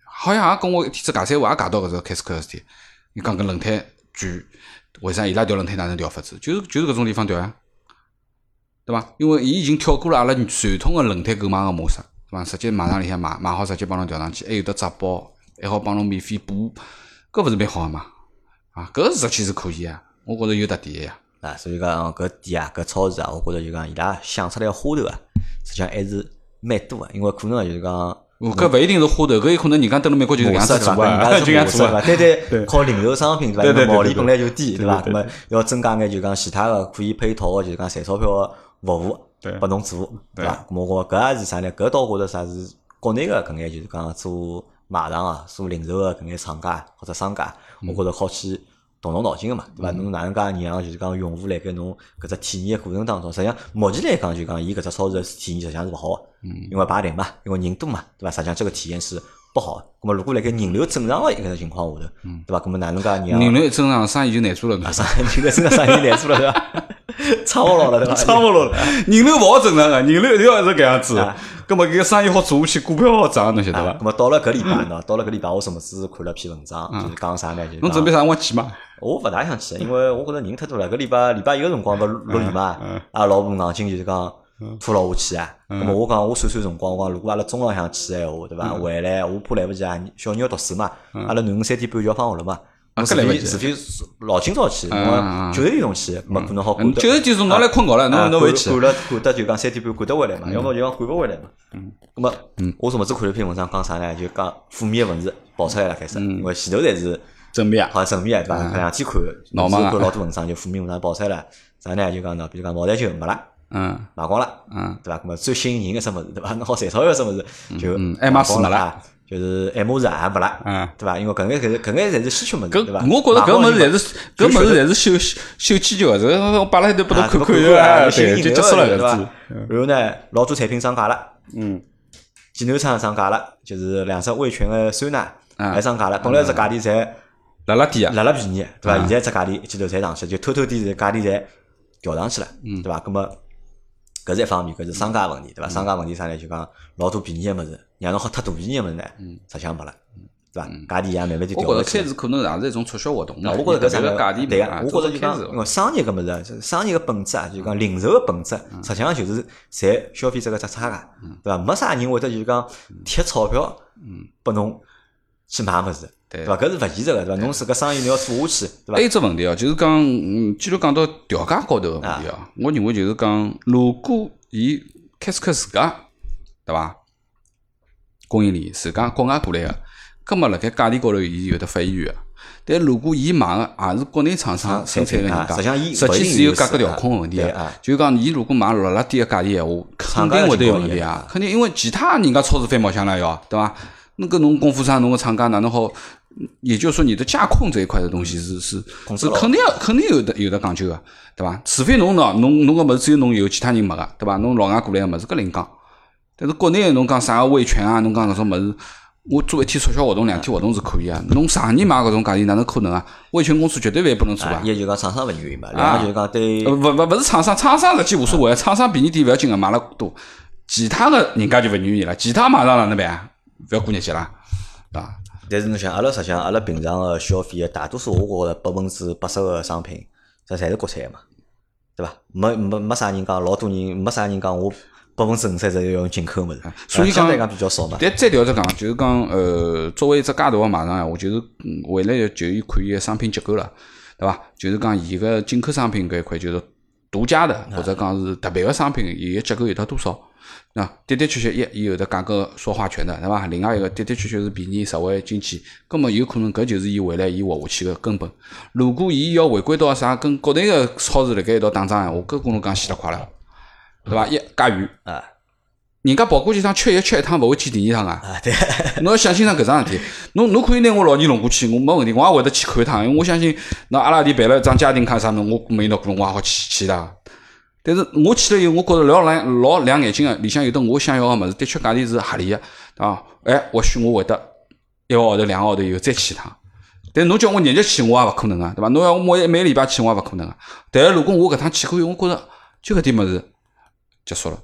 B: 好像也跟我一天子尬三胡，也尬到搿只开斯克个事体。伊讲搿轮胎贵，为啥伊拉调轮胎哪能调法子？就是就是搿种地方调啊呀，对伐？因为伊已经跳过了阿拉传统个轮胎购买个模式，对伐？直接马上里向买买好，直接帮侬调上去，还有得质保，还好帮侬免费补，搿勿是蛮好个嘛？啊，搿实际是可以啊，我觉着有特点个呀。
A: 啊，所以讲搿店啊，搿超市啊，我觉着就讲伊拉想出来个花头啊，实际上还是蛮多个，因为可能就是讲。
B: 哦搿勿一定是花头，搿有可能人家蹲辣美国就是搿
A: 模
B: 样
A: 式
B: 子
A: 对
B: 做
A: 伐？人家
B: 个， 啊就搿样
A: 模式
B: 做
A: 对伐？
B: 个。
A: 单单靠零售商品对伐？
B: 对对
A: 因为毛利
B: 对
A: 本
B: 对
A: 来就低对伐？
B: 对
A: 那
B: 对
A: 么要增加眼就讲其他个可以配套个就是讲赚钞票个服务
B: 对
A: 拨侬做对
B: 对
A: 伐？咾么我觉搿也是啥呢？搿倒觉着啥是国内个搿眼就是讲做卖场啊、做零售个搿眼厂家或者商家，我觉着好去。动动脑筋个嘛，
B: 嗯
A: 对伐？侬哪能介让就是讲用户辣盖侬搿只体验个过程当中，实际上目前来讲就讲伊搿只超市个体验实际上是勿好个，
B: 嗯
A: 因为排队嘛，因为人多嘛，对伐？实际上这个体验是不好的。那么如果辣盖人流正常个一个情况下头，对伐？那么哪能介让
B: 嗯人流一增长，生意就难做了。
A: 啊上人流正常生意难做了对 伐？差勿牢了对啊伐？
B: 差勿牢了，人流勿好正常个，人流一定要是搿样子
A: 啊。
B: 葛末搿个生意好做下去，股票好涨，侬晓得
A: 啊
B: 伐？
A: 那么到了搿礼拜呢，到了搿礼拜，我上么子看了篇文章，就是讲啥呢？就是
B: 嗯侬
A: 讲
B: 准备啥辰光去嘛？
A: 我勿大想去，因为我觉着人太多了。搿礼拜礼拜一个辰光勿落雨嘛
B: 嗯嗯，
A: 阿拉啊老婆硬劲就是讲拖牢我去啊。那么我讲我算算辰光，我讲如果阿拉中浪向去个闲话，对伐？
B: 嗯
A: 回来我怕来勿及啊，小人要读书嘛，阿拉囡恩三点半就要放学了嘛。
B: 啊
A: 我
B: 搿
A: 除
B: 来勿
A: 非
B: 及
A: 除非老今朝去，
B: 嗯嗯
A: 我
B: 嗯
A: 九点钟去，没可能好赶得。
B: 九十点钟侬来困觉了，
A: 啊
B: 侬侬回去
A: 赶。了赶得就讲三点半赶得回来嘛，要么就讲赶勿回来嘛。嗯，那么我上么子看了一篇文章，讲啥呢？就讲负面文字跑出来了开始，
B: 嗯
A: 因为前头侪是。
B: 正面啊，
A: 好像正面对伐？搿两天看，
B: 闹
A: 是
B: 忙啊
A: 看老多文章，就负面文章爆出来了。啥呢？就讲喏，比如讲茅台酒没了，
B: 嗯
A: 卖光了，
B: 嗯，
A: 对伐？那么最吸引人个什么事，对伐？侬好赚钞票什么事，就
B: 嗯爱马仕
A: 光
B: 没了
A: 啊，就是爱马仕也没
B: 嗯
A: 了，对伐？因为搿眼搿眼搿眼侪是稀缺物事，
B: 搿
A: 啊对伐？
B: 我觉着搿物
A: 是
B: 事侪是搿物事侪是秀秀气球，啊这我摆辣海头拨侬看看
A: 啊，
B: 哎
A: 吸引
B: 对，
A: 人
B: 就
A: 个
B: 结束了
A: 对
B: 搿
A: 伐
B: 事。？
A: 然后呢，老多产品涨价了。
B: 嗯，
A: 济南厂涨价了，就是两只味全个酸奶
B: 嗯
A: 还涨价了。本来只价钿侪
B: 辣辣底啊，
A: 辣辣便宜，对伐？
B: 嗯
A: 现在只价钿一记头侪上去，就偷偷地这价钿侪调上去了，
B: 嗯
A: 对伐？那么搿是一方面，搿是商家问题，对伐？商家问题啥呢？就讲老多便宜个物事，让侬好太大便宜个物事呢，实际上没了，对伐？价钿也慢慢地
B: 嗯我
A: 调上去
B: 觉着开
A: 了。
B: 始可能也是一种促销活动
A: 啊
B: 嘛。
A: 我觉着搿
B: 特别
A: 个
B: 个价钿
A: 对
B: 嘛
A: 个，
B: 啊
A: 我觉着
B: 做
A: 就
B: 只开
A: 讲
B: 始，嗯
A: 因为商业搿物事啊，就是商业个本质啊，就是讲零售个本质，实际上就是赚消费者个只差价，
B: 嗯
A: 对伐？没啥人会得就是讲贴钞票，拨侬去买物事，对
B: 对
A: 伐？搿是勿现实个，对伐？侬自个生意侬要做下去，对伐
B: 还？有只问题哦，就是讲，嗯，既然讲到调价高头个问题
A: 啊
B: 哦，我认为就是讲，如果伊开斯克自家，对伐？供应链自家国外过来个，葛末辣盖价钿高头，伊有得发言权个。但如果伊买个也是国内厂商生产个人
A: 啊实际上伊
B: 家，实际是有价格调控个问题
A: 对
B: 个
A: 啊。
B: 就是讲，伊如果买六辣低个价钿闲话，肯定会得有问题啊，肯定因为其他人家超市翻毛箱了要，对伐？那个侬供货商、侬个厂家哪能好？也就是说，你的价控这一块的东西是是
A: 嗯控制
B: 是
A: 了
B: 肯定要肯定有的有的讲究个，啊对伐？除非侬喏，侬侬个物事只有侬有，其他人没个，对伐？侬老外过来个物事搿另讲，但是国内侬讲啥个维权啊，侬讲搿种物事，我做一天促销活动、两天活动是可以啊。侬常年买搿种价钿，哪能可能啊？维权公司绝对勿会拨侬做
A: 啊
B: 啊，！
A: 一就讲厂商勿愿意嘛，两个就是讲对
B: 呃，勿勿勿是厂商，厂商实际无所谓，厂商便宜点勿要紧个，买了多。其他个人家就勿愿意了，其他马上哪能办啊？勿要过日节啦，对伐？
A: 但是侬想，阿拉实际上阿拉平常个消费个大多数，我觉着百分之八十个商品，这侪是国产个嘛，对伐？没没没啥人讲，老多人没啥人讲我百分之五十侪要用进口物事，
B: 所以
A: 啊相对
B: 讲
A: 讲比较少嘛。
B: 但再调只讲，就是啊讲，呃，作为一只介大个卖场闲话，就是嗯未来就就伊看伊个商品结构了。对伐？就是讲伊个进口商品搿一块，就是独家的或者讲是特别个商品，伊个结构有得多少？那的的确确，一伊有得价格说话权的，对伐？另外一个的的确确是便宜、实惠、经济，根本有可能搿就是伊未来伊活下去个根本。如果伊要回归到啥跟国内个超市辣盖一道打仗啊闲话，搿跟侬讲死了快了，对伐？一加油，
A: 啊
B: 人家跑过去一趟缺盐缺一趟，勿会去第二趟啊！
A: 啊，对，
B: 侬要想清爽搿桩事体，侬侬可以拿我老年弄过去，我没问题，我也会得去看一趟，因为我相信，那阿拉里办了一张家庭卡啥物事，我没拿过，我也好去去的。但是我去了以后，我觉着老亮老亮眼睛个，啊里向有得我想要个物事，的确价钿是合理个啊！哎，或许我会得一个号头、两个号头以后再去一趟。但侬叫我日日去，我也勿可能啊，对伐？侬要我每个礼拜去，我也勿可能啊。但是如果我搿趟去过以后，我觉着就搿点物事结束了，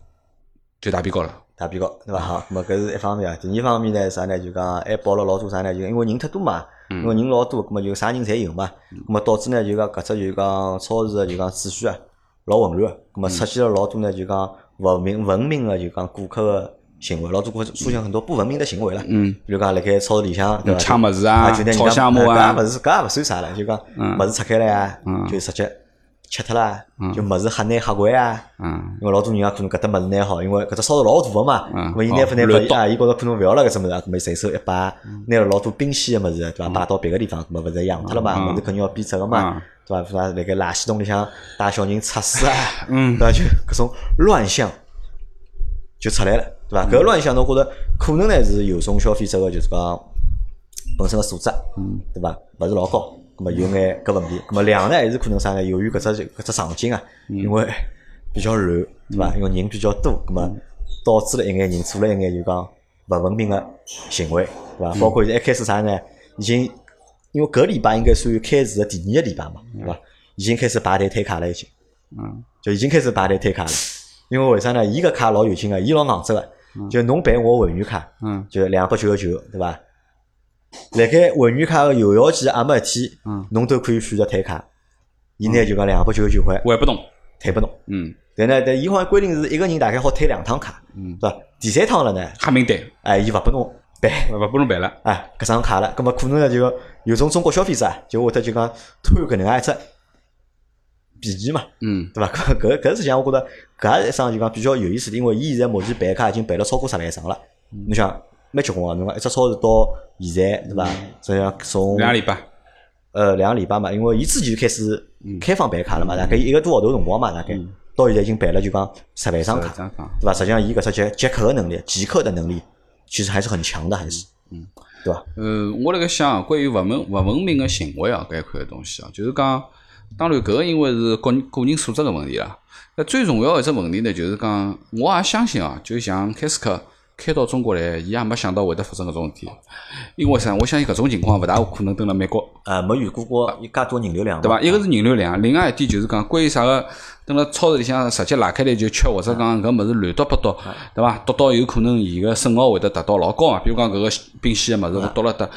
B: 就打比高了。
A: 打比高，对伐？
B: 嗯
A: 好，咁啊，搿是一方面啊。第二方面呢，啥呢？就讲还保了老多啥呢？就因为人太多嘛，
B: 嗯
A: 因为人老多，咁么就啥人侪有嘛。咁么导致呢，就讲搿只就讲超市个就讲秩序啊，老混乱啊。咁
B: 嗯
A: 么出现了老多呢，就讲勿明文明个就讲顾客个行为，老多顾客出现很多不文明的行为了。
B: 嗯，
A: 比如讲辣盖超市里向，对伐？
B: 抢物事
A: 啊，
B: 啊
A: 就拿，人
B: 炒
A: 家
B: 虾母啊嗯
A: 搿也，勿是搿也勿算啥了，就讲物事拆开来啊，就直接吃脱啦，就物事吓拿吓掼啊。
B: 嗯，
A: 因为老多人也可能搿搭物事拿好，因为搿只烧头老大个嘛，
B: 嗯
A: 咾么伊拿
B: 哦
A: 勿拿
B: 乱嗯
A: 拨
B: 倒
A: 啊，伊觉着可能勿要了搿只物事，啊咾么伊随手一摆，拿了老多冰鲜个物事，对伐？摆到别个地方，咾么勿是养脱了嘛，
B: 嗯
A: 物事肯定要变质个嘛
B: 嗯，
A: 对伐？啥辣盖垃圾桶里向带小人擦 屎啊，
B: 嗯
A: 对伐？就搿种乱象就出来了，对伐？搿个乱象侬觉着可能呢是有损消费者个就是讲本身个素质，对伐？勿是老高，咁么有眼搿问题。咁么两呢，还是可能啥呢？由于搿只搿只场景啊，因为比较乱，对伐？因为人比较多，咁么导致了一眼人做了一眼就讲勿文明个行为，对伐？包括现在一开始啥呢？已经因为搿礼拜应该算开市个第二个礼拜嘛，对伐？已经开始排队推卡了，已经。
B: 嗯
A: 就已经开始排队推 卡了。因为为啥呢？伊搿卡老有劲个，啊伊老硬质个，就侬办我会员卡，
B: 嗯
A: 就两百九十九，对伐？辣盖会员卡个有效期还没一天
B: 嗯，
A: 侬都可以选择退卡。伊呢就讲两百九十九块
B: 还不动。
A: 退拨侬，
B: 嗯，
A: 但呢，但伊好像规定是一个人大概好退两趟卡，
B: 嗯
A: 对伐？第三趟了呢，
B: 黑名单，
A: 哎，伊勿拨侬办，
B: 勿拨侬办了。
A: 哎，搿张卡了，葛末可能呢就有种中国消费者啊，就会得就讲贪搿能啊介一只便宜嘛，
B: 嗯
A: 对伐？ 搿搿搿事情，我觉得搿也是一桩就讲比较有意思的，因为伊现在目前办卡已经办了超过十来张了。
B: 嗯
A: 侬想蛮结棍个，侬讲一只超市到现在对伐？实际上从
B: 嗯两个礼拜。
A: 呃两个礼拜嘛，因为伊之前就开始
B: 嗯
A: 开放办卡了嘛，大概一个多号头辰光嘛，大概到现在已经办了就讲十来张卡，
B: 张卡。
A: 对伐？实际上伊搿只接接客个能力、即客的能力，其实还是很强的，还是
B: 嗯
A: 对伐？
B: 呃，我辣盖想关于勿文勿文明个行为啊，搿一块个东西啊，就是讲，当然搿个因为是个人个人素质个问题啦。那最重要个一只问题呢，就是讲，我也相信啊，就像凯斯克开到中国来，伊也没想到会得发生搿种事体，因为啥？我相信搿种情况勿大有可能蹲辣美国。
A: 呃，没遇过过有介多人流量嘛，
B: 对伐？一个是人流量，另外一点就是讲关于啥个，等辣超市里向直接拉开来就吃，或者讲搿物事乱倒八倒，对伐？倒到有可能伊个损耗会得达到老高啊，比如讲搿个冰鲜个物事倒了搭，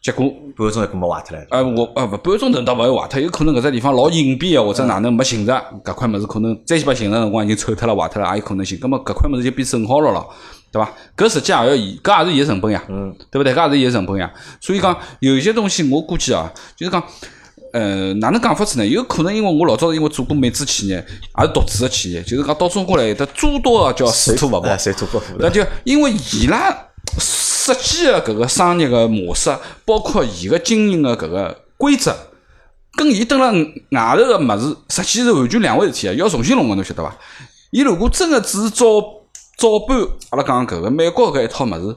B: 结果
A: 半个钟头搿么坏脱了。
B: 呃我呃勿半个钟头倒勿会坏脱，有可能搿只地方老隐蔽啊个，或者哪能没寻着搿块物事，可能再去把寻着辰光已经臭脱了、坏脱了，也有可能性。葛末搿块物事就变损耗了咯，对伐？搿实际也要伊，搿也是伊个成本呀。
A: 嗯，
B: 对不对？搿也是伊个成本呀。所以讲，有一些东西我估计啊，就是讲，呃，哪能讲法子呢？有可能因为我老早因为做过美资企业，也是独资个企业，就是讲到中国来有得诸多啊个叫水土勿服
A: 哎，水土不服的，
B: 那就因为伊拉设计的搿个商业个模式，包括伊个经营的搿个规则，跟伊蹲辣外头个物事，实际是完全两回事体啊！要重新弄个，侬晓得伐？伊如果真个只是照照搬阿拉讲搿个美国搿一套物事，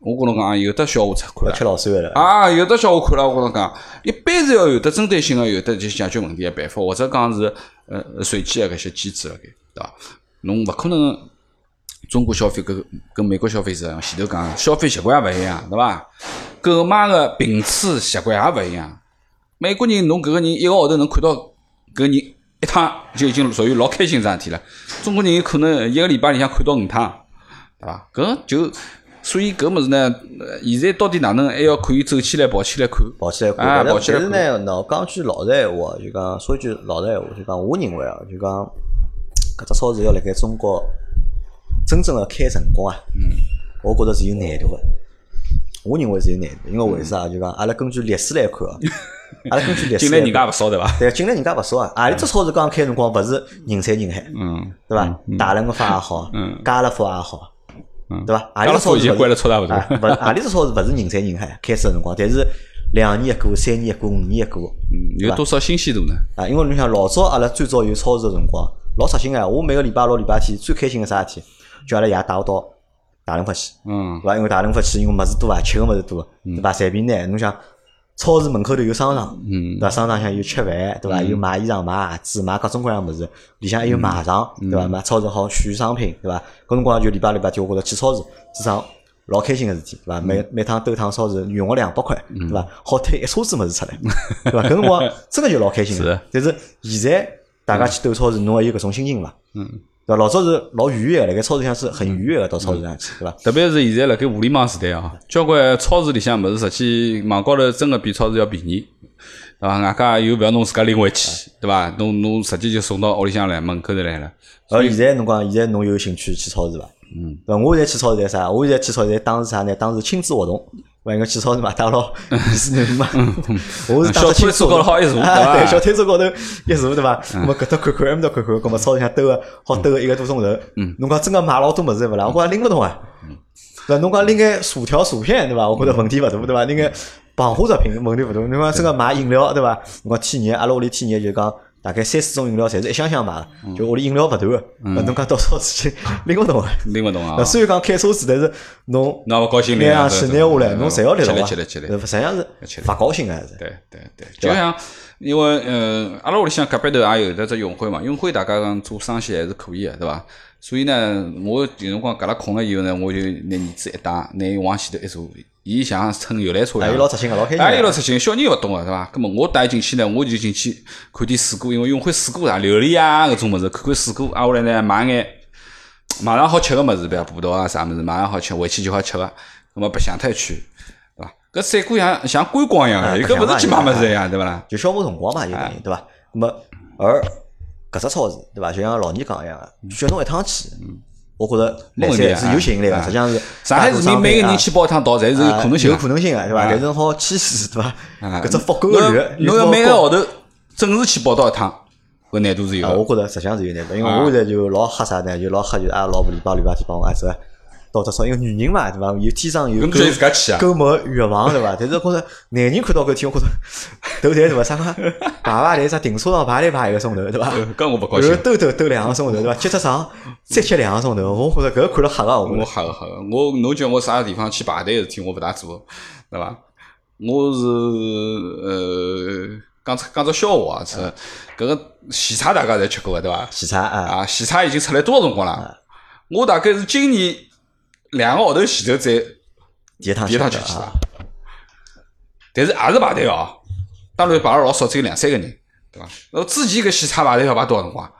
B: 我跟侬讲啊，有得笑话出看
A: 要
B: 了
A: 吃老酸了。
B: 啊，有的小我看了，我跟侬讲，一般是要有的针对性个，有的就是解决问题个办法，或者讲是呃随机个搿些机制辣盖，对伐？侬勿可能中国消费跟跟美国消费者前头讲消费习惯也勿一样，对伐？购买个频次习惯也勿一样。美国人侬搿个人一个号头能看到搿个人一趟就已经属于老开心桩事体了。中国人有可能一个礼拜里向看到五趟。对伐？搿就所以搿物事呢，呃现在到底哪能还要可以走起来跑起来看？
A: 跑起来看，
B: 啊
A: 但
B: 跑起来
A: 但是
B: 看
A: 呢，喏，讲句老实闲话，就讲说一句老实闲话，就讲我认为啊，就讲搿只超市要辣盖中国真正的开成功啊，嗯，我觉着是有难度的。我认为是有难度，因为为啥？就讲阿拉根据历史来看啊，阿拉根据历史
B: 嗯进来人家也勿少对伐？
A: 对，进来人家勿少啊！阿里只超市刚刚开辰光，勿是人山人海，
B: 嗯，嗯
A: 对伐？大润发也好，家乐福也好，对伐？阿
B: 阿
A: 里
B: 拉
A: 只超
B: 已
A: 市
B: 经
A: 勿
B: 关了
A: 是
B: 超大勿
A: 啊，
B: 大，
A: 勿阿里只超市勿是人山人海，开始个辰光，但是两年一个，三年一个，五年一个
B: 嗯有多少新鲜度呢？
A: 啊！因为侬想老早阿拉最早有超市个辰光，老扎心个。我每个礼拜六、礼拜天最开心个啥事体，就阿拉爷带我到大润发去。
B: 嗯
A: 对伐？因为大润发去，因为物事多啊，吃个物事多，对伐？随便拿侬想，超市门口头有商场，
B: 嗯
A: 对伐？商场向有吃饭，对伐？有卖衣裳、卖鞋子、卖各种各样物事，里向还
B: 嗯
A: 有卖场，对伐？买超市好选商品，对伐？搿辰光就礼拜六礼拜天，我觉着去超市是桩老开心个事体，对伐？每
B: 嗯
A: 每趟兜趟超市用个两百块，对伐？好推一车子物事出来，对伐？搿辰 光真个就老开心
B: 是
A: 个。但是现在大家去兜超市，侬还有搿种心情伐？
B: 嗯。
A: 对伐？老早是老愉悦的，辣盖超市里向是很愉悦的，到超市上去，对伐？
B: 特别是现在辣盖互联网时代啊，交关超市里向物事，实际网高头真个比超市要便宜，对伐？外加又勿要侬自家拎回去，对伐？侬侬直接就送到屋里向来门口头来了。
A: 而呃现在侬讲，现在侬有兴趣去超市伐？嗯，对伐？我现在去超市干啥？我现在去超市当时啥呢？当时亲子活动，我应该去超市买打捞 二四男嘛。我是当
B: 嗯小
A: 时亲
B: 推
A: 子
B: 车
A: 活
B: 高头
A: 动。
B: 好一坐，对 嗯
A: 啊，对，小
B: 伐？
A: 推车高头一坐对伐？那么搿搭看看，埃面搭看看，搿么超市里向兜个好兜个一个多钟头。嗯，侬讲真个买老多物事勿啦？我讲拎勿动啊。对伐？侬讲拎眼薯条、薯片对伐？我觉着问题勿大对伐？拎眼膨化食品问题勿大。侬讲真个买饮料对伐？侬讲天热，阿拉屋里天热就讲大概三四种饮料，侪是一箱箱买个，就屋里饮料勿断个。那侬讲到超市去 拎勿动个。
B: 拎勿动嗯啊
A: 那！哎虽然讲开车子，但是侬
B: 那勿高兴拎
A: 拿
B: 啊
A: 上去拿下来，侬侪要立
B: 吃
A: 动
B: 力
A: 啊。
B: 吃力吃力
A: 对。伐实际上是
B: 吃力
A: 勿高兴个，啊是。
B: 对啊对对，就像因为呃，阿拉屋里向隔壁头也有得只永辉嘛，永辉大家讲做生意还是可以的，对伐？所以呢，我有辰光搿拉空了以后呢，我就拿儿子一带，拿伊往前头一坐，伊像乘游览车一
A: 啊，伊
B: 样
A: 老。扎心个，老开心
B: 哎，伊
A: 个。
B: 老出行，小人勿懂个对伐？葛末我带进去呢，我就进去看点水果，因为永辉水果啊、榴莲啊搿种物事，看看水果，挨下来呢买眼马上好吃个物事，比如葡萄啊啥物事，马上好吃，回去就好吃个。葛末白相脱一圈，对伐？搿水果像像观光一样
A: 啊
B: 个，伊搿
A: 白
B: 勿
A: 相
B: 是去
A: 嘛
B: 买物事一样，对勿啦？
A: 就消磨辰光嘛，有
B: 哎
A: 等于对伐？那么而搿只超市对伐？就像老倪讲一样个，就侬一趟去，
B: 嗯
A: 我觉着来
B: 没问题
A: 三
B: 啊
A: 是有吸引力个，
B: 啊
A: 实际上是
B: 上海市民每个人去包一趟道，侪是有
A: 有
B: 可能性
A: 有
B: 的
A: 可能性个对伐？
B: 啊
A: 但是侬好去试对伐？
B: 啊
A: 搿只复购个率，
B: 侬要侬
A: 有多
B: 要每个
A: 高
B: 号头准时去报到一趟，搿难度是有
A: 啊，
B: 的。
A: 我觉着实际上是有难度，因
B: 啊
A: 为我现在就老吓啥呢？就老吓就是阿拉老婆礼拜六礼拜天帮我儿子到只超，因为女人嘛对伐？有天生有
B: 搿么
A: 购
B: 就自家去啊
A: 购物欲望对伐？但是觉着男人看到搿天，我觉着 头疼对伐？ 啥讲排排队啥停车场排队排一个钟头对伐？
B: 搿我勿
A: 然
B: 高
A: 后
B: 兴。啊
A: 兜兜兜两个钟头对伐？接只上再接两个钟头，我觉着搿看了吓个，我觉
B: 我
A: 着。
B: 吓个吓个，我侬叫我啥地方去排队个事体，我勿大做，对伐？我是呃，讲出讲只笑话啊，是搿个喜茶大家侪吃过个对伐？
A: 喜茶啊，
B: 啊，喜茶已经出来多少辰光了？我大概是今年两个号头前头才
A: 第一趟
B: 第一趟
A: 去
B: 去
A: 的
B: 喜茶
A: 啊，，
B: 但是也是排队哦，当然排了老少，只有两三个人，对伐？那之前搿喜茶排队要排多少辰光？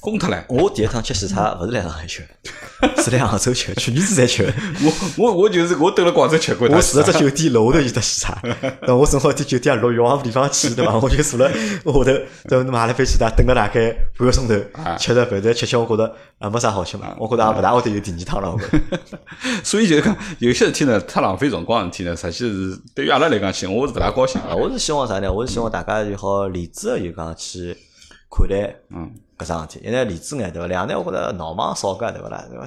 B: 疯脱了！
A: 我第一趟吃喜茶勿是来上海吃的， 是来杭州吃的，去年子才 吃的。
B: 我我我就是我蹲辣广州吃过一趟
A: 我
B: 喜
A: 住
B: 茶，
A: 了只酒店楼下头有得喜 茶，那我正好去酒店落有往地方去，对伐？ 我就坐了下头，等买了杯喜茶，等了大概半个钟头
B: 啊，
A: 吃着饭菜吃吃，我觉得啊没啥好吃嘛，我觉得也勿大会得有第二趟了，我觉得。
B: 所以就是讲，有些事体呢，太浪费辰光的事体呢，实际是对于阿拉来讲去，我是勿大高兴。
A: 啊，我是希望啥呢？我是希望大家就好理智的就讲去看待，嗯，搿桩事体。一呢理智眼对伐？两呢我觉着脑망少个对伐啦？对伐？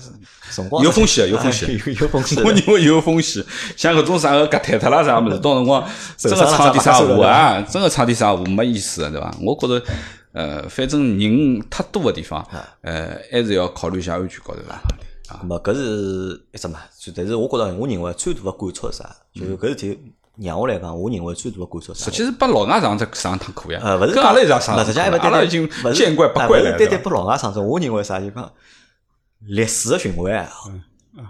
A: 辰光
B: 有风险有风险
A: 哎 有有风险
B: 我。认为有风险，像搿种啥个夹坍脱啦啥物事，到辰 光真个
A: 手上
B: 闯点
A: 啥
B: 啥
A: 把手
B: 祸
A: 了
B: 啊，真个闯点啥祸没意思的，对伐？我觉着，呃，反正人太多个地方，
A: 啊
B: 呃，还是要考虑一下安全高头啦。
A: 那么搿是一只嘛，所以但是我觉着我认为最大的感触是啥？就是搿事体让我来讲，我认为最大的感触是
B: 实
A: 啥？
B: 际是拨老外上只上一趟课呀，
A: 呃，勿是
B: 跟
A: 讲
B: 阿拉有啥上
A: 勿
B: 趟
A: 实际
B: 课
A: 上还勿单
B: 呀？阿
A: 单
B: 拉已经
A: 勿是
B: 见怪不
A: 啊
B: 怪
A: 勿是单
B: 了，对
A: 单
B: 伐？
A: 拨老外上手，我认为啥就讲历史的循环啊，
B: 嗯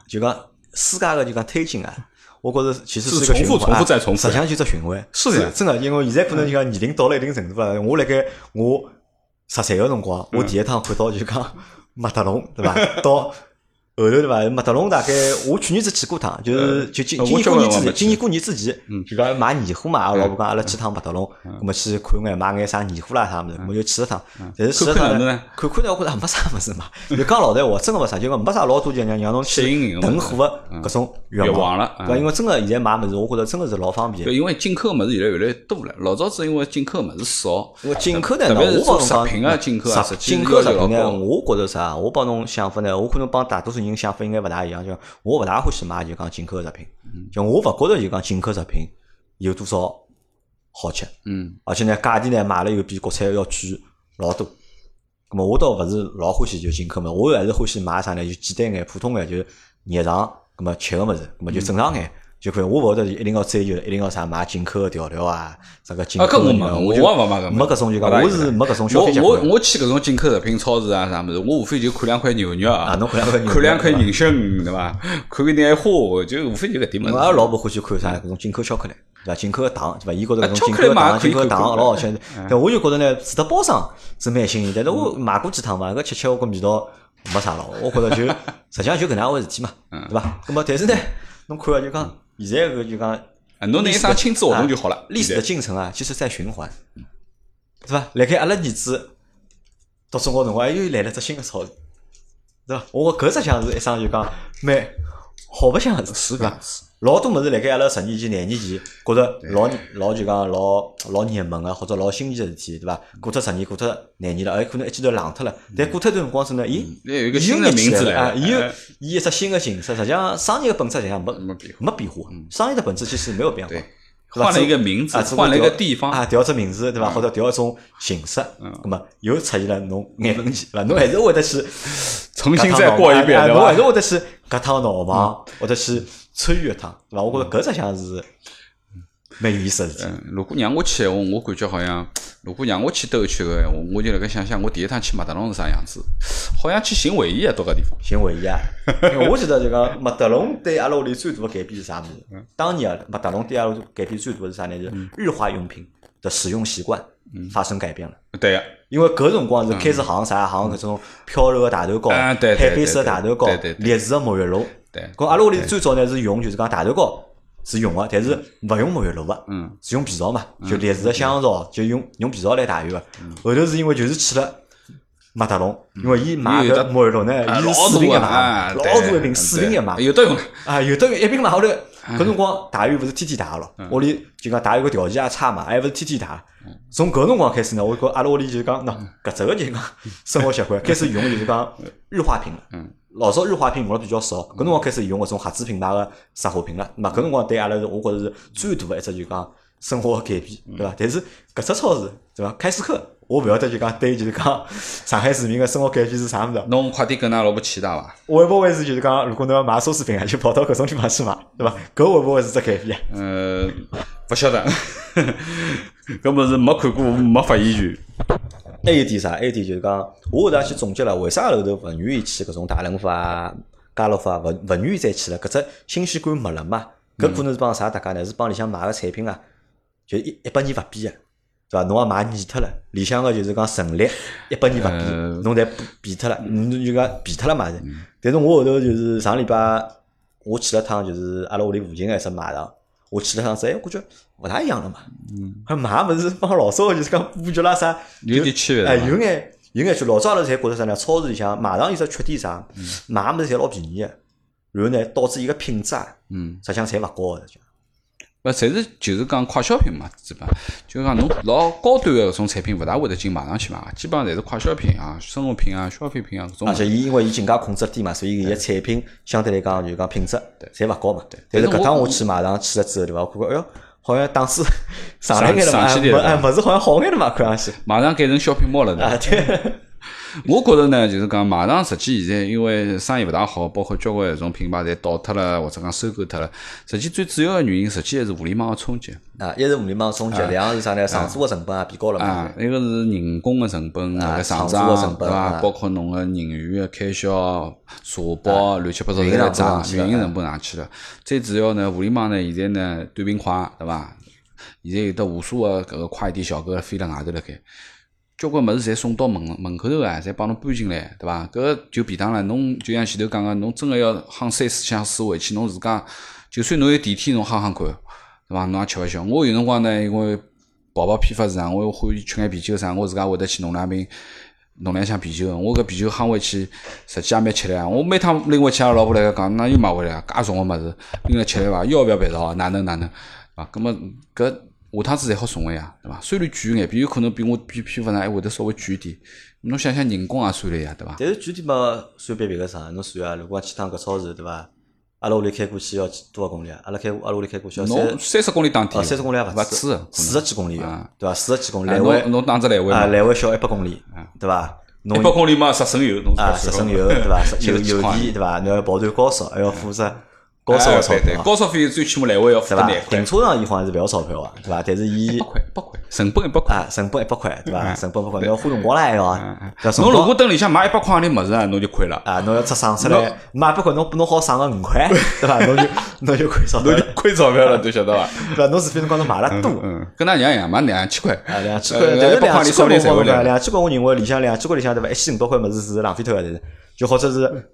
A: 就讲世界个就讲推进啊。我觉着其实
B: 是
A: 一个
B: 重
A: 循
B: 复
A: 环啊，
B: 重复再重复
A: 实际上就是循环。
B: 是这样
A: 真的，因为现在可能就讲年龄到了一定程度了，我辣盖我
B: 嗯
A: 十岁个辰光，我第一趟看到就讲麦德龙，对伐？到后头对伐？麦德龙大概我去年子去过趟，就是就今
B: 呃
A: 今
B: 我
A: 年
B: 交
A: 过
B: 关
A: 年之
B: 辰光没
A: 前，
B: 去
A: 今年过年之前，
B: 嗯
A: 就讲买年货嘛，阿拉老婆讲阿拉去趟麦德龙，葛末去看眼买眼啥年货啦啥物事，葛末就去了趟。但是去了
B: 嗯看
A: 趟
B: 看哪能
A: 呢
B: 呢，
A: 看看呢，我觉着没啥物事嘛。就讲老实闲话，真个没啥，就讲没啥老多就让让侬
B: 吸引
A: 去
B: 人的
A: 囤
B: 物事
A: 货个搿种欲
B: 欲嗯望嗯了啊
A: 对伐？因为真个现在买物事，我觉着真个是老方便
B: 就。因为进口物事现在越来越多了，老早子因为进口物事少，
A: 因为进口呢，
B: 特
A: 那
B: 别是
A: 我
B: 做
A: 帮侬
B: 食
A: 讲
B: 品啊，进口啊，实际
A: 进口
B: 要
A: 食
B: 求老
A: 品呢，
B: 高。
A: 我觉着啥，我帮侬想法呢，我可能帮大多数人想法应该勿大一样，就讲我勿大欢喜买就讲进口食品，
B: 嗯
A: 就我勿觉着就讲进口食品有多少好吃，
B: 嗯，
A: 而且呢价钿呢买了又比国产要贵老多。咁么我倒勿是老欢喜就进口嘛，我还是欢喜买啥呢？就简单眼、普通眼，就是日常咁么吃个物事，咁
B: 嗯
A: 么就正常眼就可以。我勿会得一定要追求，一定要啥买进口个调料啊，啥个进
B: 啊，搿
A: 口
B: 我
A: 个
B: 没
A: 肉啊，，
B: 我
A: 就
B: 也勿买搿
A: 没
B: 物事
A: 搿种就讲，
B: 勿大
A: 我
B: 有
A: 是没搿种消
B: 我
A: 费习
B: 我
A: 惯。
B: 我去搿种进口食品超市啊啥物事，我无非就看两块牛肉
A: 啊，
B: 啊，
A: 侬看两块牛肉，
B: 看两块人参对伐？看个眼花，就无非就搿点物
A: 我阿拉
B: 事。
A: 老婆欢喜看啥？搿种进口巧克力，对伐？进口个糖，对伐？伊觉着搿
B: 啊
A: 种
B: 巧
A: 进
B: 克
A: 口
B: 力
A: 个
B: 嘛
A: 糖、
B: 可以
A: 进口个
B: 看
A: 糖
B: 看嗯
A: 老好吃。但我就觉着呢，除脱包装是蛮新颖，但是我买过几趟嘛，搿吃吃我搿味道没啥咯。我觉着就 实际上就搿能样回事体嘛，
B: 嗯
A: 对伐？咁么但是呢，侬看啊，就讲现在搿就讲
B: 啊侬拿一桩亲子活动就好了。
A: 历史的进程啊，其实在循环，
B: 嗯
A: 对伐？辣盖阿拉儿子读中学辰光，又来了只新个超市，对伐？我觉搿只像是一桩就讲蛮好白相个事，
B: 是
A: 对伐
B: 搿样？子
A: 老多物事辣盖阿拉十年前、廿年前，觉着老老就讲老老热门啊个，或者老新奇个事体，对伐？
B: 嗯
A: 过脱十年，过脱廿年了，哎，可能一记头冷脱了。但过脱一段辰光之后呢，咦，
B: 那嗯有一个
A: 伊
B: 新
A: 又
B: 的
A: 热起
B: 名字
A: 来了
B: 来
A: 啊，
B: 了
A: 伊又
B: 哎
A: 伊一只新个形式，实际上商业个本质实际上没
B: 没变化嗯
A: 没变化，商业的本质其实没有变化。
B: 对，
A: 对吧
B: 换了一个名字，
A: 啊，只不过
B: 换了一个
A: 调
B: 地方，嗯
A: 啊，调只名字对伐？或者调一种形式，那么又出现了 侬眼问题，对伐？侬还是会得去
B: 重新再过一遍，
A: 搿趟
B: 对
A: 脑啊侬还是会得去搿趟脑网，或
B: 吧？嗯
A: 者去穿越一趟，对伐？我觉着搿只像是蛮有意思个事体。
B: 嗯，如果让我去，我我感觉好像，如果让我去兜一圈个闲话，我就辣盖想想，我第一趟去麦当劳是啥样子，好像去寻回忆啊，到搿地方。
A: 寻回忆啊！因为我觉得就讲麦德龙对阿拉屋里最大的改变是啥物
B: 嗯
A: 事？当年啊，麦德龙对阿拉改变最大的是啥呢？就是日化用品的使用习惯
B: 嗯
A: 发生改变了。
B: 对个，
A: 因为搿辰光是开始行啥行搿种飘柔个大头膏、
B: 嗯啊对对
A: 海飞丝个大头膏
B: 对对、对
A: 劣质个沐浴露。
B: 对
A: 搿阿拉屋里最早呢是用就是讲大头膏是用个，但是勿用沐浴露个，
B: 嗯，嗯
A: 是用肥皂嘛，就劣质个香皂，就用用肥皂来汏浴个。后头是因为就是去了。麦德龙，因为伊买
B: 因为有
A: 搿
B: 得
A: 沐浴露呢，
B: 啊
A: 伊
B: 老
A: 是四瓶
B: 大
A: 一
B: 个
A: 买
B: 啊，
A: 老
B: 对
A: 大一瓶，四瓶一买
B: 对，有得用了，
A: 啊，有的一瓶买下头，搿辰光汏浴勿是天天汏咯，屋里就讲汏浴个条件也差嘛，还勿是天天汏。从搿辰光开始呢，我觉阿拉屋里就是讲，喏，搿只个就是讲生活习惯开始用就是讲日化品了。
B: 嗯
A: 老早日化品用了比较少，搿辰光开始用搿种合资品牌个日化品了。那么搿辰光对阿拉是，我觉着是最大个一只就讲生活个改变，对伐？但是搿只超市对伐？开市口，我勿晓得就讲对就是讲上海市民个生活改变是啥物事。啊
B: 侬快点跟㑚老婆去一趟伐？
A: 会不会是就是讲，如果侬要买奢侈品啊，就跑到搿种地方去买，对伐？搿会不会是只改变？
B: 呃，勿晓得， 搿物事没看过，没发言权。
A: 还有一点啥？还有一点就是讲，我后头也去总结了，为啥阿拉后头勿愿意去搿种大润发啊、家乐福啊，勿勿愿意再去了？搿只新鲜感没了嘛？搿可能是帮啥大家呢？是帮里向买个产品啊，就一一百年勿变个，对伐？侬也买腻脱了，里向个就是讲陈列一百年勿
B: 呃
A: 变，
B: 嗯
A: 侬侪变脱了，侬就讲变脱了嘛是。但是我后头就是上礼拜我去了趟，就是阿拉屋里附近个一只卖场，我去了趟之后，哎，我感觉勿大一样了嘛。还买物事帮老早就是讲布局啦啥，
B: 嗯有点区别
A: 哎，
B: 是吧
A: 有眼有眼就老早阿拉侪觉得啥呢？超市里向买上有只缺点啥，
B: 嗯
A: 买物事侪老便宜个，然后呢导致伊个品质啊
B: 嗯，
A: 实际上侪勿高个。就
B: 勿，侪是就是讲快消品嘛，基本就是讲侬老高端个搿种产品，勿大会得进马上去买，啊基本上侪是快消品啊、生活品啊、消费品啊搿种物
A: 而
B: 事。
A: 且伊因为伊进价控制低嘛，所以伊个产品相对来讲就讲品质侪勿高嘛。但是
B: 但是
A: 搿
B: 我
A: 趟我去买上去了之后对伐？我感觉哎哟，好像档 次上来眼了嘛，
B: 上上去点嗯
A: 哎，物事好像好眼了嘛，看上去
B: 马上改成 shopping mall 了呢。
A: 啊，对，
B: 我觉着呢，就是讲马上实际现在因为生意勿大好，包括交关搿种品牌侪倒脱了，或者讲收购脱了。实际最主要个原因，实际还是互联网个冲击
A: 啊，一是互联网冲击，两个是啥呢？上租个成本也变高了嘛
B: 啊，。一个是人工个成本，辣盖
A: 厂
B: 厂
A: 租
B: 长
A: 个成本
B: 对伐
A: 啊？
B: 包括侬个人员个开销、社保啊乱七八糟
A: 运营
B: 侪在
A: 成本上
B: 涨，
A: 去了
B: 运营成本上去了。最主要呢，互联网呢现在呢短平快，对伐？现在有得无数个搿个快递小哥飞辣外头辣盖。交关物事侪送到门门口头啊，侪帮侬搬进来，对伐？搿就便当了。侬就像前头讲个，侬真个要夯三四箱水回去，侬自家就算侬有电梯，侬夯夯看，对伐？侬也吃勿消。我有辰光呢，因为跑跑批发市场，我又欢喜吃眼啤酒啥，我自家会得去弄两瓶，弄两箱啤酒。我搿啤酒夯回去，实际也蛮吃力啊。我每趟拎回去，阿拉老婆来讲，哪又买回来啊？介重个物事拎来吃力伐？要勿要办到？哪能哪能？啊，葛末搿下趟子侪好送个呀，对伐？虽然贵眼，比有可能比我比批发上还会得稍微贵一点。侬想想人工也算了呀，对伐？
A: 但是具体嘛，算别别个啥，侬算啊，如果去趟搿超市对伐？阿拉屋里开过去要几多少公里啊？阿拉开阿拉屋里开过去要三
B: 侬三十公里打底，
A: 啊三十公里也
B: 勿
A: 勿
B: 止
A: 止
B: 个，，
A: 四十几公里
B: 啊
A: 要对伐？四十几公里
B: 哎
A: 来回
B: 侬侬打只来回
A: 啊
B: 嘛，
A: 来回小一百公里对伐？侬
B: 一百公里嘛，十升油，哎侬
A: 啊，
B: 自
A: 十
B: 家算
A: 升
B: 了
A: 油对伐？有
B: 一千
A: 油
B: 块
A: 钿对伐？侬要跑段高速，还要付出高速
B: 哎
A: 个钞
B: 对对
A: 票，
B: 高速费最起码来回要
A: 对
B: 付得
A: 伐
B: 廿？块
A: 停，车场伊好像是勿要钞票个对伐？但是伊
B: 一百块，一百块，成本一百块。
A: 啊成本一百块对伐？成本一百块，侬要花辰光了还要啊，对伐？辰
B: 侬如
A: 光
B: 果等里向买一百块钿物事啊，侬就亏了，
A: 啊，侬要只省出来，买不块侬侬好省个五块， 对伐？侬就侬就可以少
B: 侬
A: 得
B: 就
A: 了，
B: 亏钞票了，侬晓得伐？
A: 对伐？侬除非侬讲侬买了多。
B: 嗯，跟㑚娘一样，买两千块，
A: 啊，两千
B: 呃
A: 块，但
B: 一
A: 是
B: 百
A: 两
B: 块钿
A: 千
B: 说不
A: 块
B: 定
A: 我
B: 才
A: 讲
B: 会
A: 讲，
B: 来。
A: 两千块我认为里向两千块里向对伐？一千五百块物事是浪费脱个，但是就好说是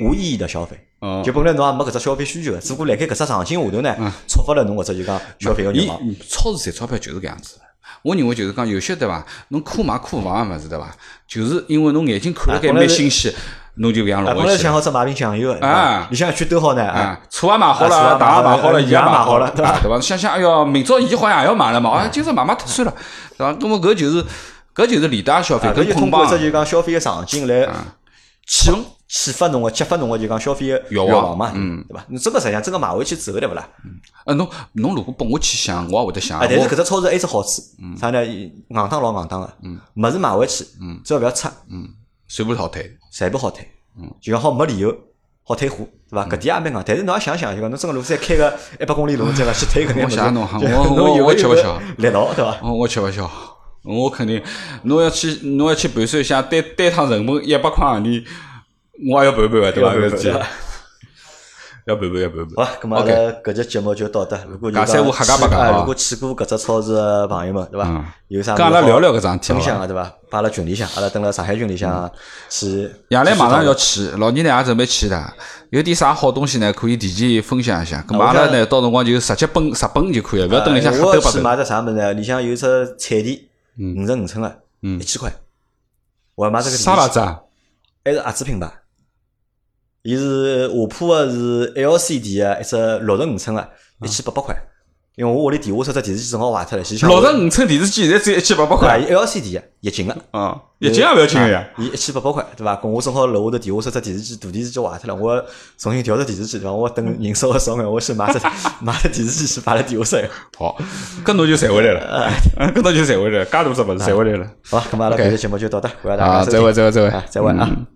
A: 无意义的消费。
B: 嗯
A: 就本来侬也没搿只消费需求，只不过辣盖搿只场景下头呢，触发了侬搿只就讲消费个欲
B: 伊
A: 望。
B: 超市赚钞票就是搿样子。我认为就是讲有些对伐，侬可买可防个物事对伐，就是因为侬眼睛看了该
A: 啊本来
B: 蛮
A: 是
B: 新鲜，侬就搿样
A: 啊，
B: 捞
A: 本
B: 回
A: 来
B: 去
A: 想
B: 了。
A: 好只买瓶酱油个，对
B: 啊
A: 伐里向一圈兜好呢，啊，
B: 啊，车也买好
A: 啊
B: 了，
A: 车
B: 糖
A: 也买好了呃
B: 也买好了，盐也
A: 鱼也买
B: 好
A: 好了对吧
B: 啊对伐？想想，哎哟，明朝伊好像也要买了嘛，啊，今朝买买脱算了，对伐？那么搿就是搿就是廉价消费，
A: 啊搿
B: 跟嗯
A: 就
B: 捆
A: 通过
B: 绑
A: 只就讲消费个场景来
B: 气氛。
A: 启发侬个、激发侬个就讲消费个欲
B: 望嗯
A: 望嘛，对伐？侬真个实际上真个买回去之后对勿啦？
B: 啊，侬侬如果拨我去想，我也会得想。
A: 啊，但是
B: 我嗯
A: 搿只超市还有只好处，啥呢？硬当老硬当个，物事买回去，
B: 嗯
A: 只要勿要拆，
B: 全部淘汰。
A: 全部好退，
B: 嗯
A: 就讲好没理由好退货，对伐？搿点也蛮戆。但是侬也想想，就讲侬真个如果再开个一百公里路，再勿去退搿眼物
B: 嗯我
A: 事，
B: 想侬哈
A: 就
B: 我我
A: 侬有
B: 我
A: 个
B: 吃
A: 有
B: 不
A: 个
B: 消
A: 力道，对伐？
B: 哦，我吃勿消，我肯定。侬要去，侬要去盘算一下，单单趟成本一百块行钿，我也要盘盘个，对
A: 要
B: 伐？
A: 盘
B: 要
A: 盘
B: 记
A: 对吧好
B: 要盘盘，要盘盘。
A: 吧，咁嘛，阿
B: OK
A: 拉搿节节目就到这。如果有
B: 尬三胡瞎尬八
A: 去
B: 尬啊
A: 啊如果去过搿只超市的朋友们，对
B: 嗯
A: 伐？有啥
B: 跟阿
A: 物
B: 拉
A: 事
B: 聊
A: 好
B: 聊搿桩事体
A: 分
B: 好
A: 享
B: 伐？
A: 个对伐？摆辣群里向，阿拉等辣上海群里向啊去。
B: 夜来马上要去，老年呢也准备去的。有点啥好东西呢？可以提前分享一下。咁
A: 啊我
B: 阿拉
A: 想
B: 呢，到辰光就直接奔直奔就可以了，勿要等里向
A: 呃
B: 黑
A: 我
B: 兜
A: 要
B: 八
A: 去
B: 兜。
A: 买只啥物事呢？里向有只彩电，
B: 嗯
A: 五十五寸个，一千块。我要买这个电视
B: 啥牌子啊？
A: 还是合资品牌。伊是下铺个是 LCD 个一只六十五寸个，
B: 嗯
A: 一千八百块。因为我屋里地下室只电视机正好坏脱了，其实
B: 六十五寸电视机现在只有一千八百块。
A: 对 LCD 个液晶个。
B: 啊，一斤也勿要紧个呀。
A: 啊！伊一千八百块，对伐？跟我正好楼下头地下室只电视机，大电视机坏脱了，我重新调只电视机，对伐？我等人稍微少眼，我去买只 买只电视机去摆辣地下室。
B: 好，搿侬就赚回来了，
A: 哎
B: 啊搿侬就赚回来了，介大只物事赚回来了。
A: 好，咁阿拉搿期节目就到这，感谢大家
B: 啊，
A: 收
B: 再
A: 听
B: 会，再会，再会
A: 啊，再会啊。
B: 嗯